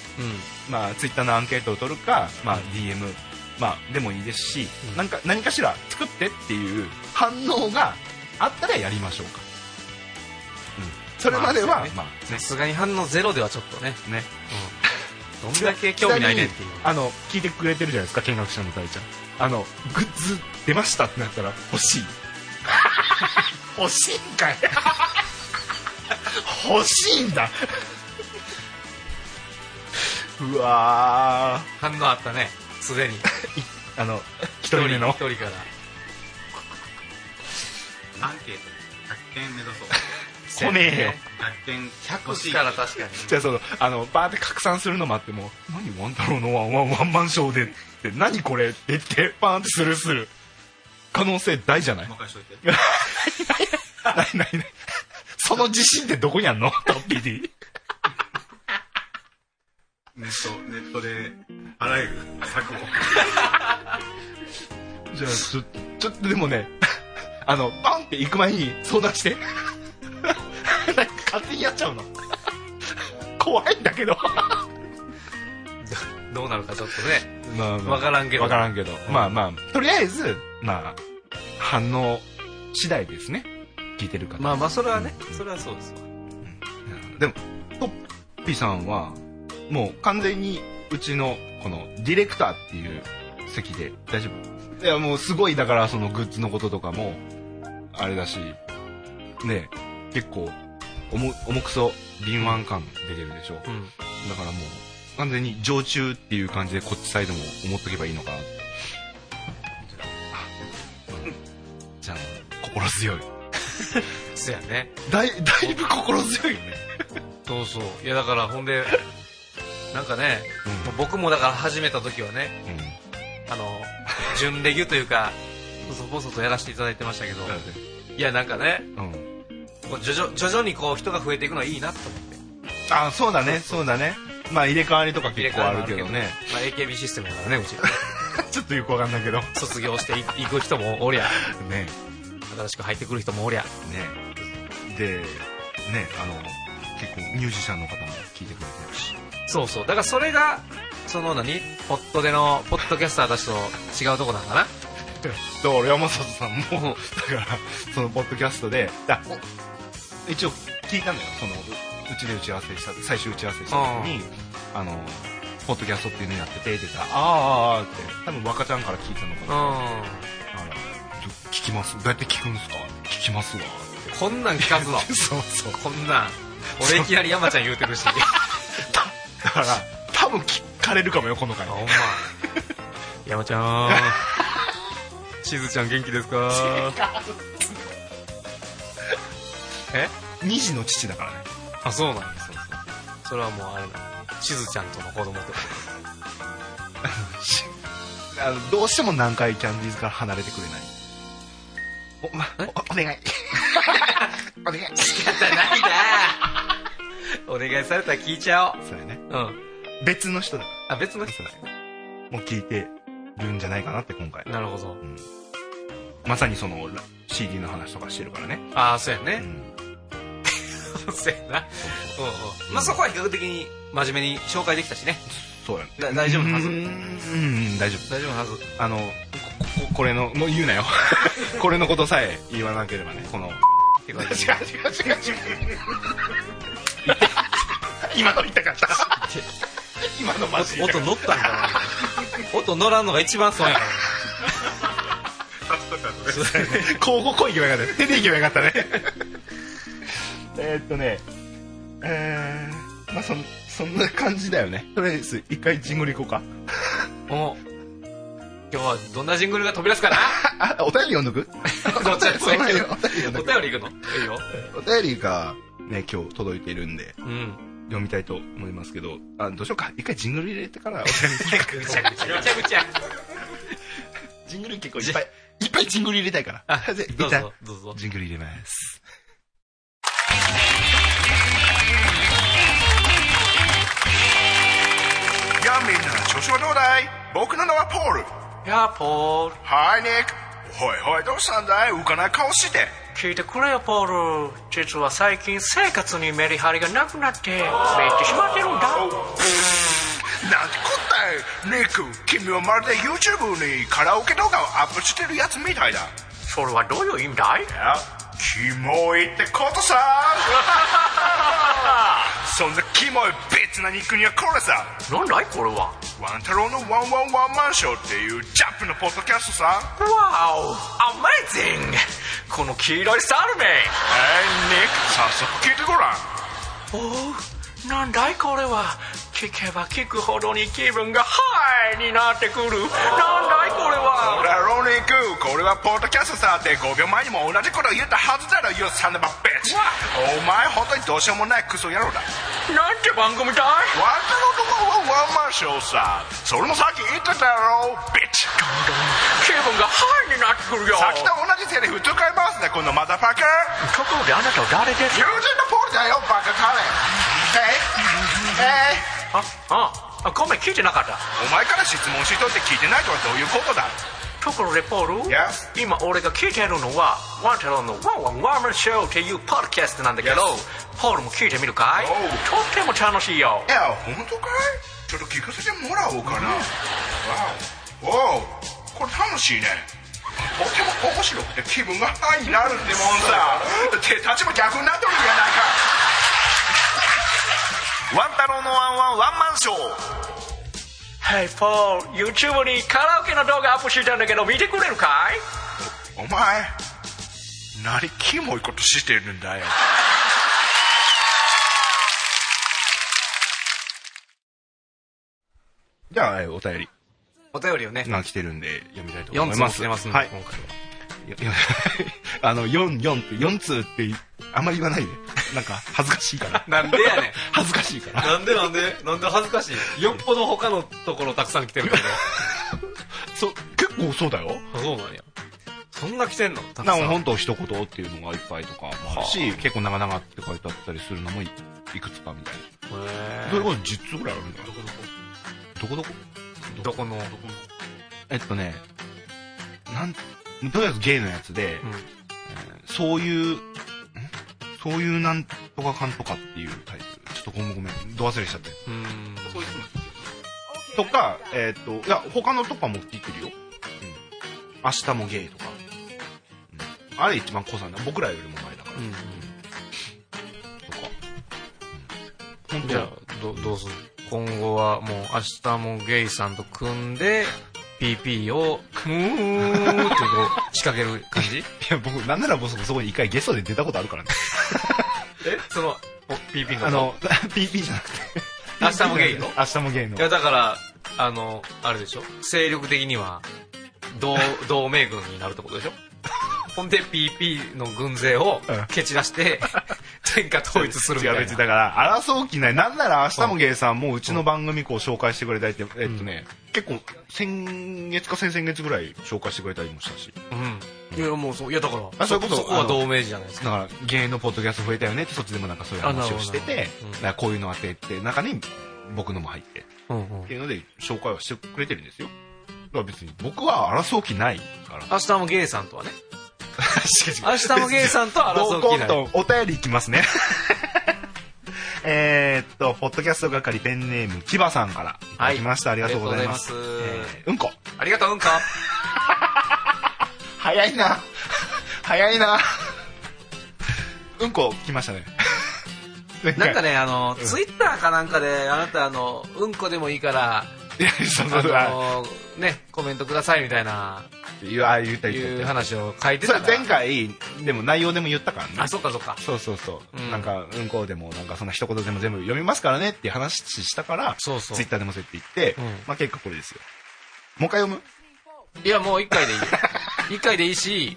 まあツイッターのアンケートを取るか、まあ、DM、まあ、でもいいですし、なんか何かしら作ってっていう反応があったらやりましょうか、うん、それまでは、まあさすがに反応ゼロではちょっとねねどんだけ興味ないねんっていうちなみにあの聞いてくれてるじゃないですか見学者の大ちゃんあのグッズ出ましたってなったら欲しい欲しいんかい欲しいんだうわ反応あったねすでにーあの一人目の一人からアンケート100件目指そう来ねえよ100件欲ししいから確かにじゃあそのあのバーって拡散するのもあっても「何ワン太郎のワンワンワンマンショーで」って「何これ」って言ってパーンってスルーする可能性大じゃない任しといてないないない。 その自信ってどこにあんのトッピー D。ネットネットであらゆる策を じゃあ、ちょ、ちょっとでもね、 あの、バンって行く前に相談して。 なんか勝手にやっちゃうの。怖いんだけど。どうなるかちょっとねまあわからんけどわからんけど。まあまあ、とりあえず、まあ、反応次第ですね。聞いてる方。まあまあそれはねそれはそうですわでも、トッピーさんは、もう完全にうちの、この、ディレクターっていう席で、大丈夫いや、もうすごい、だからそのグッズのこととかも、あれだし、ねえ結構、重、重くそ、敏腕感出てるでしょ。だうんからもう、完全に常駐っていう感じで、こっちサイドも思っとけばいいのかな。じゃあ、心強い。そやねだい、だいぶ心強いよね。そうそういやだからほんでなんかね、うん僕もだから始めた時はねうん。あの準レギュというか細々とやらせていただいてましたけど、いやなんかねうん。こう徐々徐々にこう人が増えていくのはいいなと思ってあそうだねそうだねまあ入れ替わりとか結構あるけどねまあ、AKB システムだからねう ちちょっとよくわかんないけどね卒業していいく人もおりゃね新しく入ってくる人もおりゃでねあの結構ミュージシャンの方も聞いてくれてるしそうそうだからそれがその何ポッドでのポッドキャスターたちと違うとこなんかだなから山里さんうもんだからそのポッドキャストでだ一応聞いたのよそのううちで打ち合わせした最終打ち合わせした時にあのポッドキャストっていうのやっててって言ったら「ああああ」って多分若ちゃんから聞いたのかなうあらちょ聞きますどうやって聞くんですか聞きますわってんこんなん聞かず のそうそうこんなん俺いきなり山ちゃん言うてるしだから多分聞かれるかもよこの回 あほんま山ちゃん しずちゃん元気ですかえ2児の父だからねあそうなんですそうそうそれはもうあれだしずちゃんとの子供とあのどうしても南海キャンディーズから離れてくれないお,、ま、おお願い お願い仕方ないなお願いされたら聞いちゃそれねおううん別の人だかあ別のら人そうもう聞いてるんじゃないかなって今回なるほどまさにそのラ CD の話とかしてるからね、ああそうやうね、ん、 そうやなうんうんまあそこは比較的に真面目に紹介できたしねそうやねだ大丈夫うなはずんうん大丈夫大丈夫なはずあのこここれのもう言うなよ これのことさえ言わなければねこのって感違う違う違う違うじ今の痛かった今のマジで痛か音っ乗ったんかな音乗らんのが一番損やからた交互声行けばよかった出ていけばよかったねえーっとねえー、まあそんそんな感じだよねとりあえず一回ジングル行こうかお今日はどんなジングルが飛び出すか なああお便り読んどくどっちやその前にお便り読んおどく便りいくのいいよお便りがね今日届いてるんでうん読みたいと思いますけど、あ、どうしようか。一回ジングル入れてからお便りにしようかぐちゃぐちゃぐちゃぐちゃジングル結構いっぱい、いっぱいジングル入れたいから。あでどう一旦ぞどうぞジングル入れます。やあみんな調子はどうだい僕の名はポールやあポールはいニックほいほいどうしたんだい浮かない顔して聞いてくれよポール実は最近生活にメリハリがなくなってめいってしまってるんだなんてこったいニック君はまるで YouTube にカラオケ動画をアップしてるやつみたいだそれはどういう意味だいあキモいってことさそんなキモい別な肉にはこれさなんだいこれはワン太郎のワンワンワンマンショーっていうジャンプのポッドキャストさわおアメイジングこの黄色いサルメえー、ニック早速聞いてごらおんおなんだいこれは聞けば聞くほどに気分がハイになってくるなんだいこれは俺はローニングこれはポッドキャストさって5秒前にも同じことを言ったはずだろ You son of a bitch お前本当にどうしようもないクソ野郎だなんて番組だいワンタローのワンワンマンショーさそれもさっき言ってたろビッチ気分がハイになってくるよさっきと同じセリフ使いますねこのマザファカーところであなたは誰です友人のポールだよバカカレンえいえいあああごめん聞いてなかったお前から質問しといて聞いてないとはどういうことだところでポール、 Yes? 今俺が聞いてるのはワンタロウの「ワンワンワンマンショー」っていうポッドキャストなんだけど、ポールも聞いてみるかい、 Oh. とっても楽しいよいや本当かいちょっと聞かせてもらおうかな、わおおうこれ楽しいねとても面白くて気分がハイになるんでもんさ手立ちも逆になっとるんやないかワン太郎のワンワンワンマンショー Hey Paul、YouTube にカラオケの動画アップしてんだけど見てくれるかいお前なりキモいことしてるんだよ じゃあ、えーお便りお便りをねが来てるんで読みたいと4思いつまもす。来てますんで、はい。今回はよよ あの、4、4って、4通ってい、あんまり言わないで。なんか、恥ずかしいから。なんでやねん 恥ずかしいから。 なんでなんでなんで恥ずかしいよっぽど他のところたくさん来て るけど そう、結構そうだよ。そうなんやそんな来てんのたくなさんかん本当一言っていうのがいっぱいとかもあるし、結構長々って書いてあったりするのもいいくつかみたいな。どういうこと ?10 通ぐらいあるんだよ。どこどこどこのえっとね、なん、とりあえずゲイのやつで、んえーそういう、んそういうなんとかかんとかっていうタイトル。ちょっとごめんごめん。ど忘れしちゃって。うーんとか、えーっと、いや、他のとかも聞いてるよ。うん。明日もゲイとか。うん、あれ一番子さんだ。僕らよりも前だから。うんとか。うん、本当じゃあどどうする今後はもう明日もゲイさんと組んで PP をムーってこう仕掛ける 感じいや、僕、なんなら僕そこに一回ゲストで出たことあるからね。えそのお PP のあの、PP じゃなくて。明日もゲイの明日もゲイのい。やだからあのあれでしょ精力的には同同盟軍になるってことでしょほんで PP の軍勢をうん蹴散 らして天下統一するみた違うい別なにだから争う気ないなんなら明日もゲイさんもうちの番組こう紹介してくれたりって、えっとね結構先月か先々月ぐらい紹介してくれたりもしたしうんいやもうそういやだからあそういうことそこは同盟じゃないですだから芸のポッドキャスト増えたよねってそっちでもなんかそういう話をしてあなてる、ほどだからこういうのあってって中に僕のも入ってっか、うんうんていうので紹介はしてくれてるんですよだから別に僕は争う気ないから明日もゲイさんとはね明明日もゲイさんと争う気ないとお便りいきます ねえーっとポッドキャスト係ペンネームキバさんからいただきました、ありがとうございますありがとうございますえーうんこありが とううんか早いな 早いなうんこ来ましたねなんかねあの、ツイッターかなんかであなたあのうんこでもいいからいやそう そうあそうあのねコメントくださいみたいな言うあ言った言ったいう言った話を書いてそたれから前回でも内容でも言ったからねあそっかそっかそうそうそう、うんなんかうんこでもなんかそんな一言でも全部読みますからねっていう話したからそうそうツイッターでもそうやって言って、うんまあ結果これですよもう一回読むいやもう一 回でいい一回でいいしい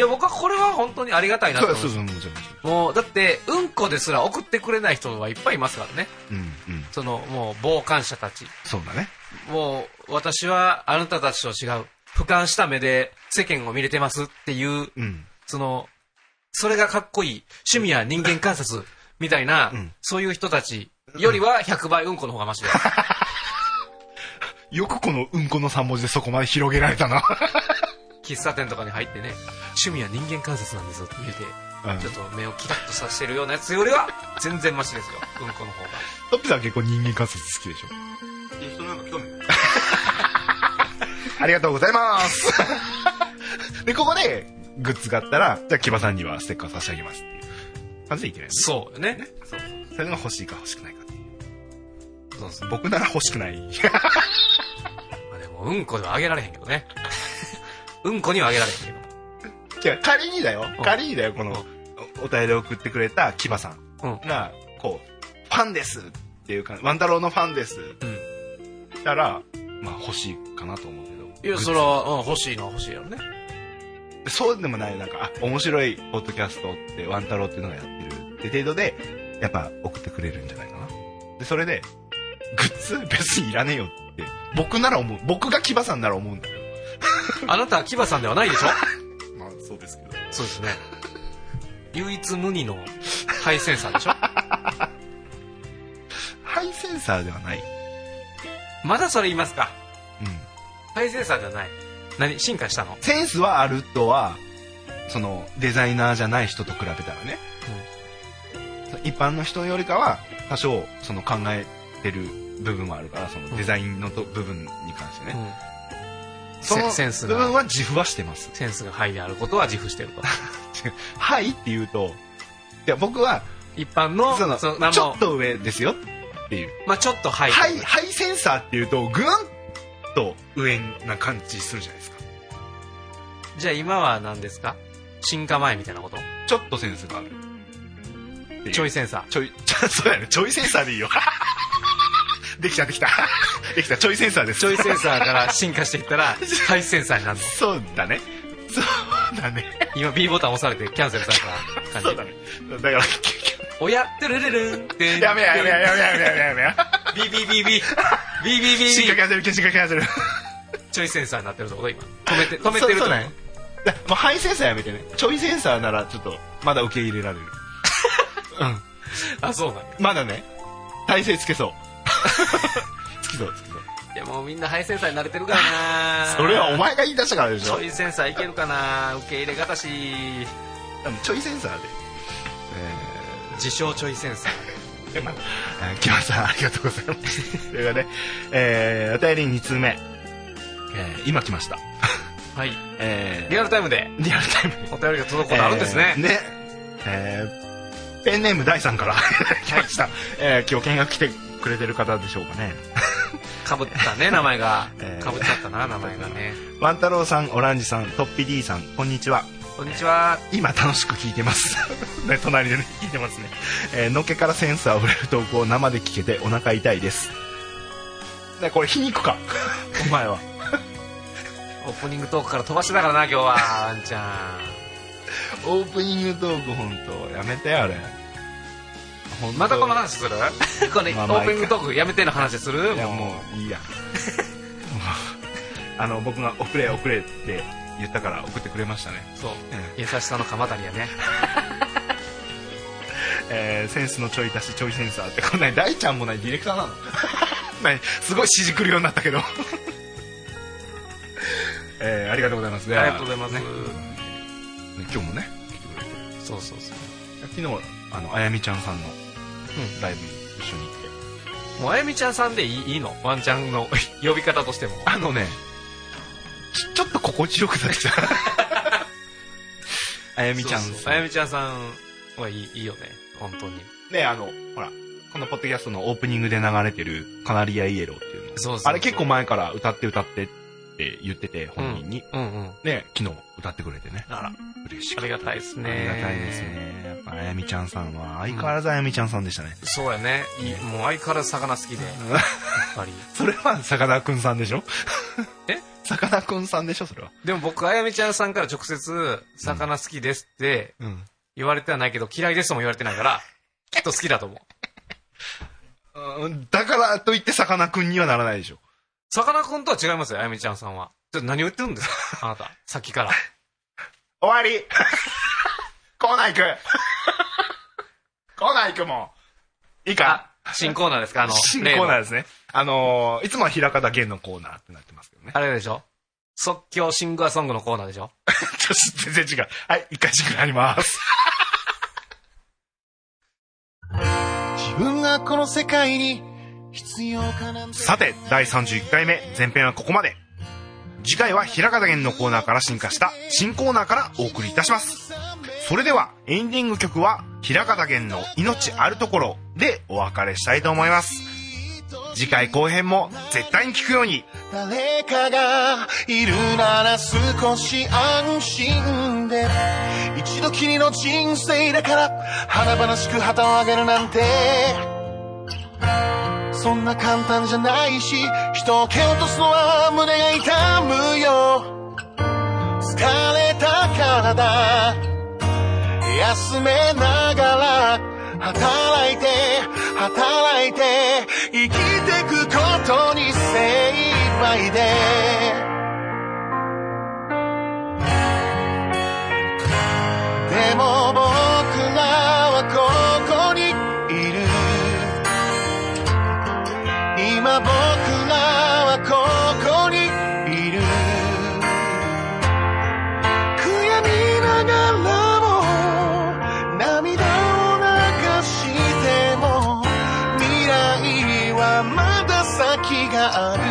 や僕はこれは本当にありがたいなとそうそ思うそうもちろんもちろんもう、だって、うんこですら送ってくれない人はいっぱいいますからね。うんうんその、もう、傍観者たち。そうだねもう、私はあなたたちと違う。俯瞰した目で世間を見れてますっていう、うんその、それがかっこいい。趣味や人間観察みたいな、うんそういう人たちよりは100倍うんこの方がマ シだよ。よくこのうんこの3文字でそこまで広げられたな喫茶店とかに入ってね、趣味は人間観察なんですよって言って、 うんちょっと目をキラッとさせてるようなやつよりは、全然マシですよ。うんこの方が。トッピさんは結構人間観察好きでしょインストなんか来とんねんありがとうございます でここでグッズがあったらじゃあ木場さんにはステッカー差し上げますっていう感じでいけないですそうよね。そうそれが欲しいか欲しくないかっていうそうそう。僕なら欲しくない まあでも、うんこではあげられへんけどね。 うんこにはあげられへんけど。じゃあ仮にだようん仮にだよこのおお便りを送ってくれた木場さんうん。がこうファンですっていうかワン太郎のファンですうん。したらまあ欲しいかなと思うけどいや、それは、うん、欲しいのは欲しいやろね。そうでもないなんかあ面白いポッドキャストってワン太郎っていうのがやってるって程度でやっぱ送ってくれるんじゃないかなでそれでグッズ別にいらねえよって僕なら思う僕が木場さんなら思うんだけどあなたはキバさんではないでし ょまあそうですけどそうですね。唯一無二のハイセンサーでしょハイセンサーではないまだそれ言いますかうんハイセンサーじゃない。何進化したのセンスはあるとはそのデザイナーじゃない人と比べたらね、一般の人よりかは多少その考えてる部分はあるからそのデザインのと、部分に関してね、うん。そのセセンス部分が、は自負はしてますセンスがハイであることは自負してると。 「はい」って言うといや僕は一般の、そそのの、ちょっと上ですよっていうまあちょっ「とハイ。はい」ハイセンサーっていうとグンと上な感じするじゃないですかじゃあ今は何ですか進化前みたいなことちょっとセンスがあるっていうちょいセンサー。ちょい、ちょ そうやね。ちょいセンサーでいいよ。 できた、できた。 できた、ちょいセンサーです。ちょいセンサーから進化していった ら、ハイセンサーになる の。そうだね。そうだね。 今 B ボタン押されてキャンセルされたそう感じだ。ね。だ から、おや、てるるるんって。やめややめややめややめややめや。ビビビビ。ビビビ ビ。進化キャンセル、進化キャンセル。ちょいセンサーになってるとこと今。止めて、 止めてる そとうだね。だもうハイセンサーやめてね。ちょいセンサーなら、ちょっと、まだ受け入れられる。うん。あ、そうなんや。まだね。体勢つけ そう。つきそう、つきそう。いやもうみんなハイセンサーに慣れてるからな それはお前が言い出したからでしちょょ。いセンサーいけるかな受け入れがたし。ちょいセンサーで。自称ちょいセンサー。えまあえー木村さんありがとうございました。ということで、えー、お便り2通目。えー、今来ました。はい。えリアルタイムでー、リアルタイムに。お便りが届くことあるんですね。えーね。えー、ペンネーム第3から 来ました。えー、今日見学来てくれてる方でしょうかね。かぶったね、名前 がえ。ーかぶっちゃったな、名前がね。ワンタロウさん、オランジさん、トッピ D さん、こんにちは。こんにちは。今楽しく聞いてます。 ね、隣でね、聞いてますね。えー、のっけからセンスあふれる投稿を生で聞けてお腹痛いです。ね、これ皮肉か。お前は。オープニングトークから飛ばしてたからな、今日は。ワンちゃオープニングトーク本当やめてあれほんん。とまたこの話する これ、オまあまあープニングトークやめての話するいやもういいや もうあの僕が「遅れ遅れ」って言ったから送ってくれましたね、う。そう。え優しさの鎌足りやね。えーセンスのちょい足しちょいセンサーってこんなに大ちゃんもないディレクターなの 何すごい指示くるようになったけど えーありがとうございますありがとうございます。ね今日もねそうそうそう。昨日あのあやみちゃんさんのライブに一緒に行って、もうあやみちゃんさんでいいいいのワンちゃんの 呼び方としても。あのね、ちちょっと心地よくなってきた。あやみちゃんそうそうさ あやん。みちゃんさんはいいいいよね。本当に。ね、あの、ほら、このポッドキャストのオープニングで流れてるカナリアイエローっていうの。そうそう。あれ結構。前から歌って歌ってって言ってて、本人に。うんうん。ね、昨日歌ってくれてね。あら、嬉しい。ありがたいですね。ありがたいです。ね。やっぱあやみちゃんさんは、相変わらずあやみちゃんさんでしたね。そうやね。いいもう相変わらず魚好きで。 やっぱり。それは、さかなクンさんでしょ えさかなクンさんでしょそれは。でも僕、あやみちゃんさんから直接、魚好きですって、うん。言われてはないけど、嫌いですとも言われてな いから、きっと好きだと思う。うんだからといって、さかなクンにはならないでしょ。さかなクンとは違いますよ、あやみちゃんさんは。ちょっと何を言ってるんです かあなた。さっきから。終わり コーナー行くコーナー行くもんいいかあ、新コーナーですかあの、新コーナーー。ですね。あのーいつもは平方玄のコーナーってなってますけどね。あれでしょ即興シングアソングのコーナーでしょ ちょっと全然違う。はい、一回しくなります。 自分がこの世界に必要かなんてさて、第31回目、前編はここまで。次回は平方玄のコーナーから進化した新コーナーからお送りいたします。それでは、エンディング曲は、平方玄の命あるところでお別れしたいと思います。次回後編も絶対に聞くように、誰かがいるなら少し安心で一度きりの人生だから華々しく旗を上げるなんてそんな簡単じゃないし人を蹴落とすのは胸が痛むよ疲れた体休めながら働いて働いて生きてくことに精一杯ででも僕らはここにいる今僕らはここにいる悔やみながらも涙を流しても未来はまだ先がある